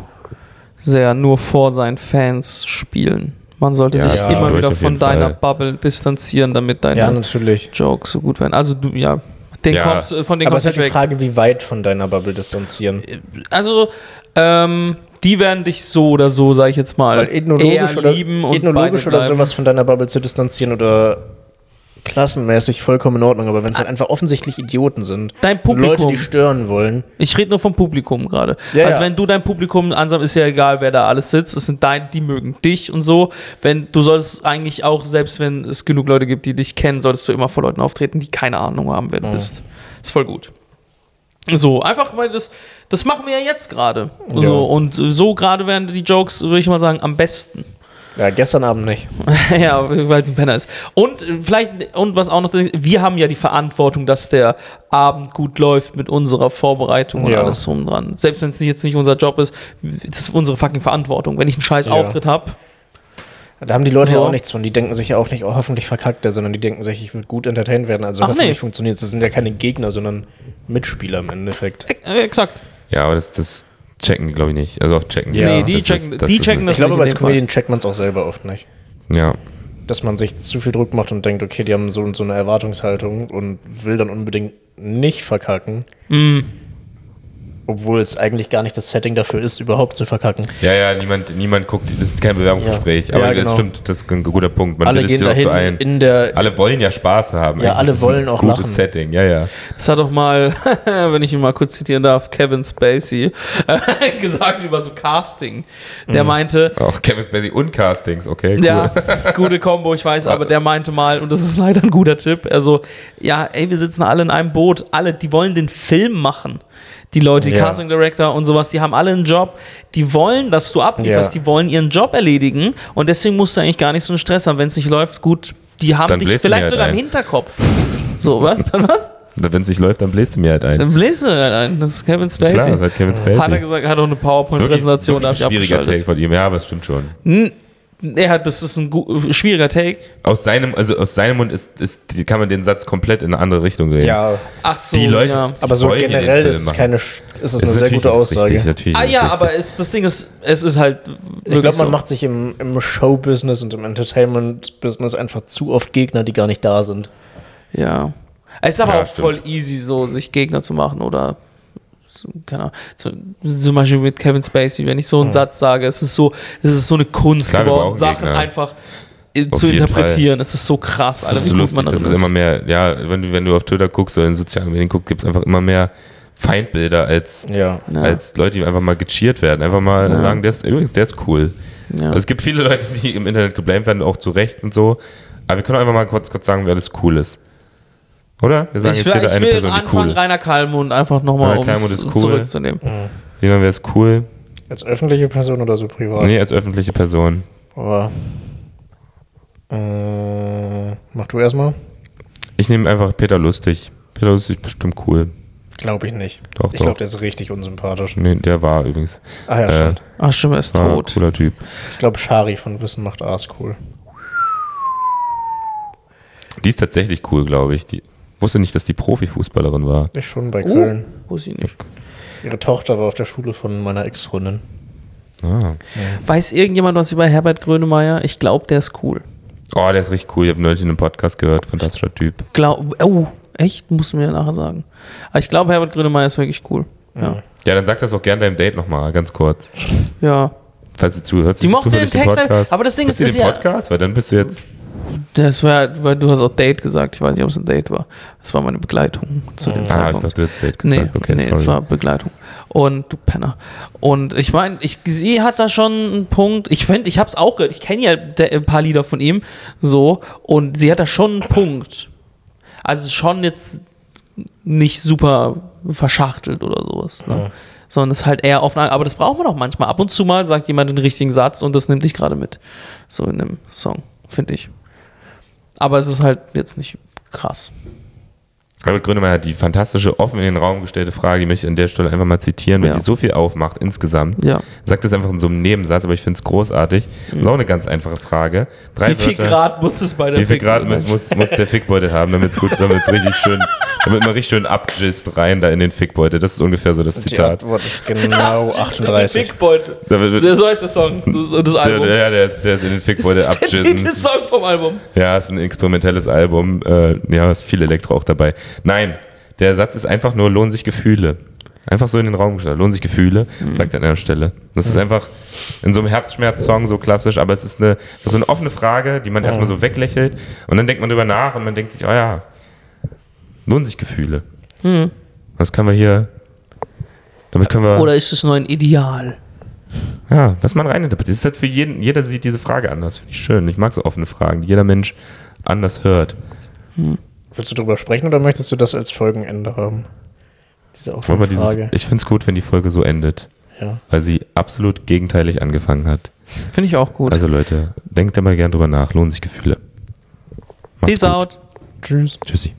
sehr nur vor seinen Fans spielen. Man sollte Ja, sich ja, immer durch wieder auf von jeden deiner Fall. Bubble distanzieren, damit deine Ja, natürlich. Jokes so gut werden. Also du, ja, den Ja. kommst, äh, von denen Aber es kommst ist halt du die weg. Frage, wie weit von deiner Bubble distanzieren. Also ähm, die werden dich so oder so, sag ich jetzt mal, Weil ethnologisch eher oder, lieben und ethnologisch bei dir oder bleiben. sowas von deiner Bubble zu distanzieren oder klassenmäßig vollkommen in Ordnung, aber wenn es halt einfach offensichtlich Idioten sind, Ah. Dein und Leute, Publikum. die stören wollen, Ich rede nur vom Publikum gerade. Ja, also ja. wenn du dein Publikum ansammelst, ist ja egal, wer da alles sitzt. Es sind dein, die mögen dich und so. Wenn du solltest eigentlich auch, selbst wenn es genug Leute gibt, die dich kennen, solltest du immer vor Leuten auftreten, die keine Ahnung haben, wer du bist. Ist voll gut. So, einfach weil das, das machen wir ja jetzt gerade. Ja. So, und so gerade werden die Jokes, würde ich mal sagen, am besten. ja, gestern Abend nicht. ja, weil es ein Penner ist. Und äh, vielleicht, und was auch noch, wir haben ja die Verantwortung, dass der Abend gut läuft mit unserer Vorbereitung und Ja. alles drum und dran. Selbst wenn es nicht- jetzt nicht unser Job ist, das ist unsere fucking Verantwortung. Wenn ich einen scheiß Ja. Auftritt habe, Da haben die Leute ja So. auch nichts von. Die denken sich ja auch nicht, oh, hoffentlich verkackt er, sondern die denken sich, ich würde gut entertained werden. Also Ach, hoffentlich nee. funktioniert es. Das sind ja keine Gegner, sondern Mitspieler im Endeffekt. äh, exakt. Ja, aber das, das checken die, glaube ich, nicht. Also oft checken Nee, das. die Das checken- das die checken das- nicht das. Ich glaube, in aber als dem Fall. Comedian checkt man es auch selber oft nicht. Ja. dass man sich zu viel Druck macht und denkt, okay, die haben so und so eine Erwartungshaltung und will dann unbedingt nicht verkacken. obwohl es eigentlich gar nicht das Setting dafür ist, überhaupt zu verkacken. Ja, ja, niemand, niemand guckt, das ist kein Bewerbungsgespräch. Ja. Aber Ja, das genau. stimmt, das ist ein guter Punkt. Man Alle bildet gehen sich doch dahin so ein. in der alle wollen ja Spaß haben. Ja, Es alle ist wollen ein auch gutes lachen. Setting, ja, ja. Das hat doch mal, wenn ich ihn mal kurz zitieren darf, Kevin Spacey äh, gesagt über so Casting. Mhm. Der meinte, Auch Kevin Spacey und Castings, okay, cool. ja, gute Kombo, ich weiß, aber der meinte mal, und das ist leider ein guter Tipp, also, ja, ey, wir sitzen alle in einem Boot, alle, die wollen den Film machen. Die Leute, die Ja. Casting Director und sowas, die haben alle einen Job, die wollen, dass du ablieferst, Ja. die wollen ihren Job erledigen und deswegen musst du eigentlich gar nicht so einen Stress haben. Wenn es nicht läuft, gut, die haben Dann dich bläst du mir vielleicht halt sogar ein. im Hinterkopf. So, was? Dann was? Wenn es nicht läuft, dann bläst du mir halt ein. Dann bläst du halt ein. Das ist Kevin Spacey. Klar, das hat Kevin Spacey. Hat er gesagt, er hat auch eine PowerPoint-Präsentation, da habe ich wirklich schwieriger Take abgeschaltet. von ihm, ja, aber es stimmt schon. Ja, das ist ein gu- schwieriger Take. Aus seinem, also aus seinem Mund ist, ist, kann man den Satz komplett in eine andere Richtung reden. Ja, Ach so, Die Leute, ja. die aber so wollen ja den generell Film ist es machen. keine, Sch- ist es Es eine ist sehr natürlich- es gute ist Aussage. Richtig, natürlich Ah ist ja, es richtig. aber es, das Ding ist, es ist halt Ich glaube, man so. macht sich im, im Show-Business und im Entertainment-Business einfach zu oft Gegner, die gar nicht da sind. Ja. Es ist aber Ja, auch stimmt. voll easy, so sich Gegner zu machen oder so, keine Ahnung, so, zum Beispiel mit Kevin Spacey, wenn ich so einen Hm. Satz sage, es ist so, es ist so eine Kunst Klar, wir geworden, brauchen Sachen Gegner. einfach äh, Auf zu jeden interpretieren. Es ist so krass, Das ist so lustig, dass drin es immer mehr, ja, wenn, du- wenn du auf Twitter guckst oder in sozialen Medien guckst, gibt es einfach immer mehr Feindbilder als, Ja. Ja. als Leute, die einfach mal gecheert werden. Einfach mal Ja. sagen, der ist, übrigens, der ist cool. Ja. Also es gibt viele Leute, die im Internet geblamed werden, auch zu Recht und so. Aber wir können einfach mal kurz, kurz sagen, wer alles cool ist. Oder? Wir sagen ich jetzt will, jeder ich eine will Person, am die cool Anfang ist. Rainer Kalmund einfach nochmal Rainer um Kallmund ist es cool. zurückzunehmen. Sinan, wer ist cool? Als öffentliche Person oder so privat? Nee, als öffentliche Person. Aber. Äh, mach du erstmal? Ich nehme einfach Peter Lustig. Peter Lustig ist bestimmt cool. Glaube ich nicht. Doch, ich doch. glaube, der ist richtig unsympathisch. Nee, der war übrigens. Ah ja, Äh, stimmt. Ach stimmt, er ist War ein tot. cooler Typ. Ich glaube, Shari von Wissen macht A's cool. Die ist tatsächlich cool, glaube ich. Die wusste nicht, dass die Profifußballerin war. Ich schon bei Uh, Köln. Weiß ich nicht. Ihre Tochter war auf der Schule von meiner Ex-Freundin. Ah. Weiß irgendjemand was über Herbert Grönemeyer? Ich glaube, der ist cool. Oh, der ist richtig cool. Ich habe neulich in einem Podcast gehört. Fantastischer Typ. Glaub, oh, echt? Musst du mir nachher sagen. Aber ich glaube, Herbert Grönemeyer ist wirklich cool. Ja. Ja, dann sag das auch gerne deinem Date nochmal, ganz kurz. Ja. Falls du zuhörst, Die ist mochte zufällig den im Text, aber das Ding ist- Hörst du ist den ja- Podcast, weil dann bist du jetzt. Das war, weil du hast auch Date gesagt. Ich weiß nicht, ob es ein Date war. Das war meine Begleitung zu dem Ah, ich Zeitpunkt. dachte, du hättest Date Nee, gesagt. okay, nee sorry. es war Begleitung. Und du Penner. Und ich meine, ich, sie hat da schon einen Punkt. Ich finde, ich habe es auch gehört. Ich kenne ja de- ein paar Lieder von ihm. So. Und sie hat da schon einen Punkt. Also schon jetzt nicht super verschachtelt oder sowas. Ne? Sondern es ist halt eher offen. Aber das braucht man auch manchmal. Ab und zu mal sagt jemand den richtigen Satz und das nimmt dich gerade mit. So in einem Song, finde ich. Aber es ist halt jetzt nicht krass. Herbert Grönemeyer hat die fantastische, offen in den Raum gestellte Frage, die möchte ich an der Stelle einfach mal zitieren, weil Ja. die so viel aufmacht insgesamt. Ja. Mhm. Sagt das einfach in so einem Nebensatz, aber ich finde es großartig. Ist auch eine ganz einfache Frage. Drei Wie viel Wörter. Grad muss es bei der Wie viel Fick- Grad muss, muss, muss der Fickbeutel haben, damit es gut, damit es richtig schön, damit man richtig schön abgisst rein da in den Fickbeutel. Das ist ungefähr so das Die Zitat. Antwort ist Oh, genau Der 38. Big Beutel. Da wird- So heißt der Song und das Der, Album. Der, der, der, ist, der ist in den Fickbeutel abgeschissen. der Song vom Album. Ja, ist ein experimentelles Album. Äh, ja, ist viel Elektro auch dabei. Nein, der Satz ist einfach nur, lohnen sich Gefühle. Einfach so in den Raum gestellt. Lohnen sich Gefühle, sagt er an einer Stelle. Das ist einfach in so einem Herzschmerz-Song so klassisch, aber es ist eine, das ist so eine offene Frage, die man erstmal so weglächelt und dann denkt man drüber nach und man denkt sich, oh ja, lohnen sich Gefühle. Was können wir hier, damit können wir, Oder ist es nur ein Ideal? ja, was man reininterpretiert. Das ist halt für jeden, jeder sieht diese Frage anders. Finde ich schön. Ich mag so offene Fragen, die jeder Mensch anders hört. Willst du drüber sprechen oder möchtest du das als Folgenende haben? Diese Wollen wir offene diese, Frage. ich finde es gut, wenn die Folge so endet, Ja. weil sie absolut gegenteilig angefangen hat. Finde ich auch gut. Also Leute, denkt da mal gern drüber nach, lohnen sich Gefühle. Macht's Peace gut. out. Tschüss. Tschüssi.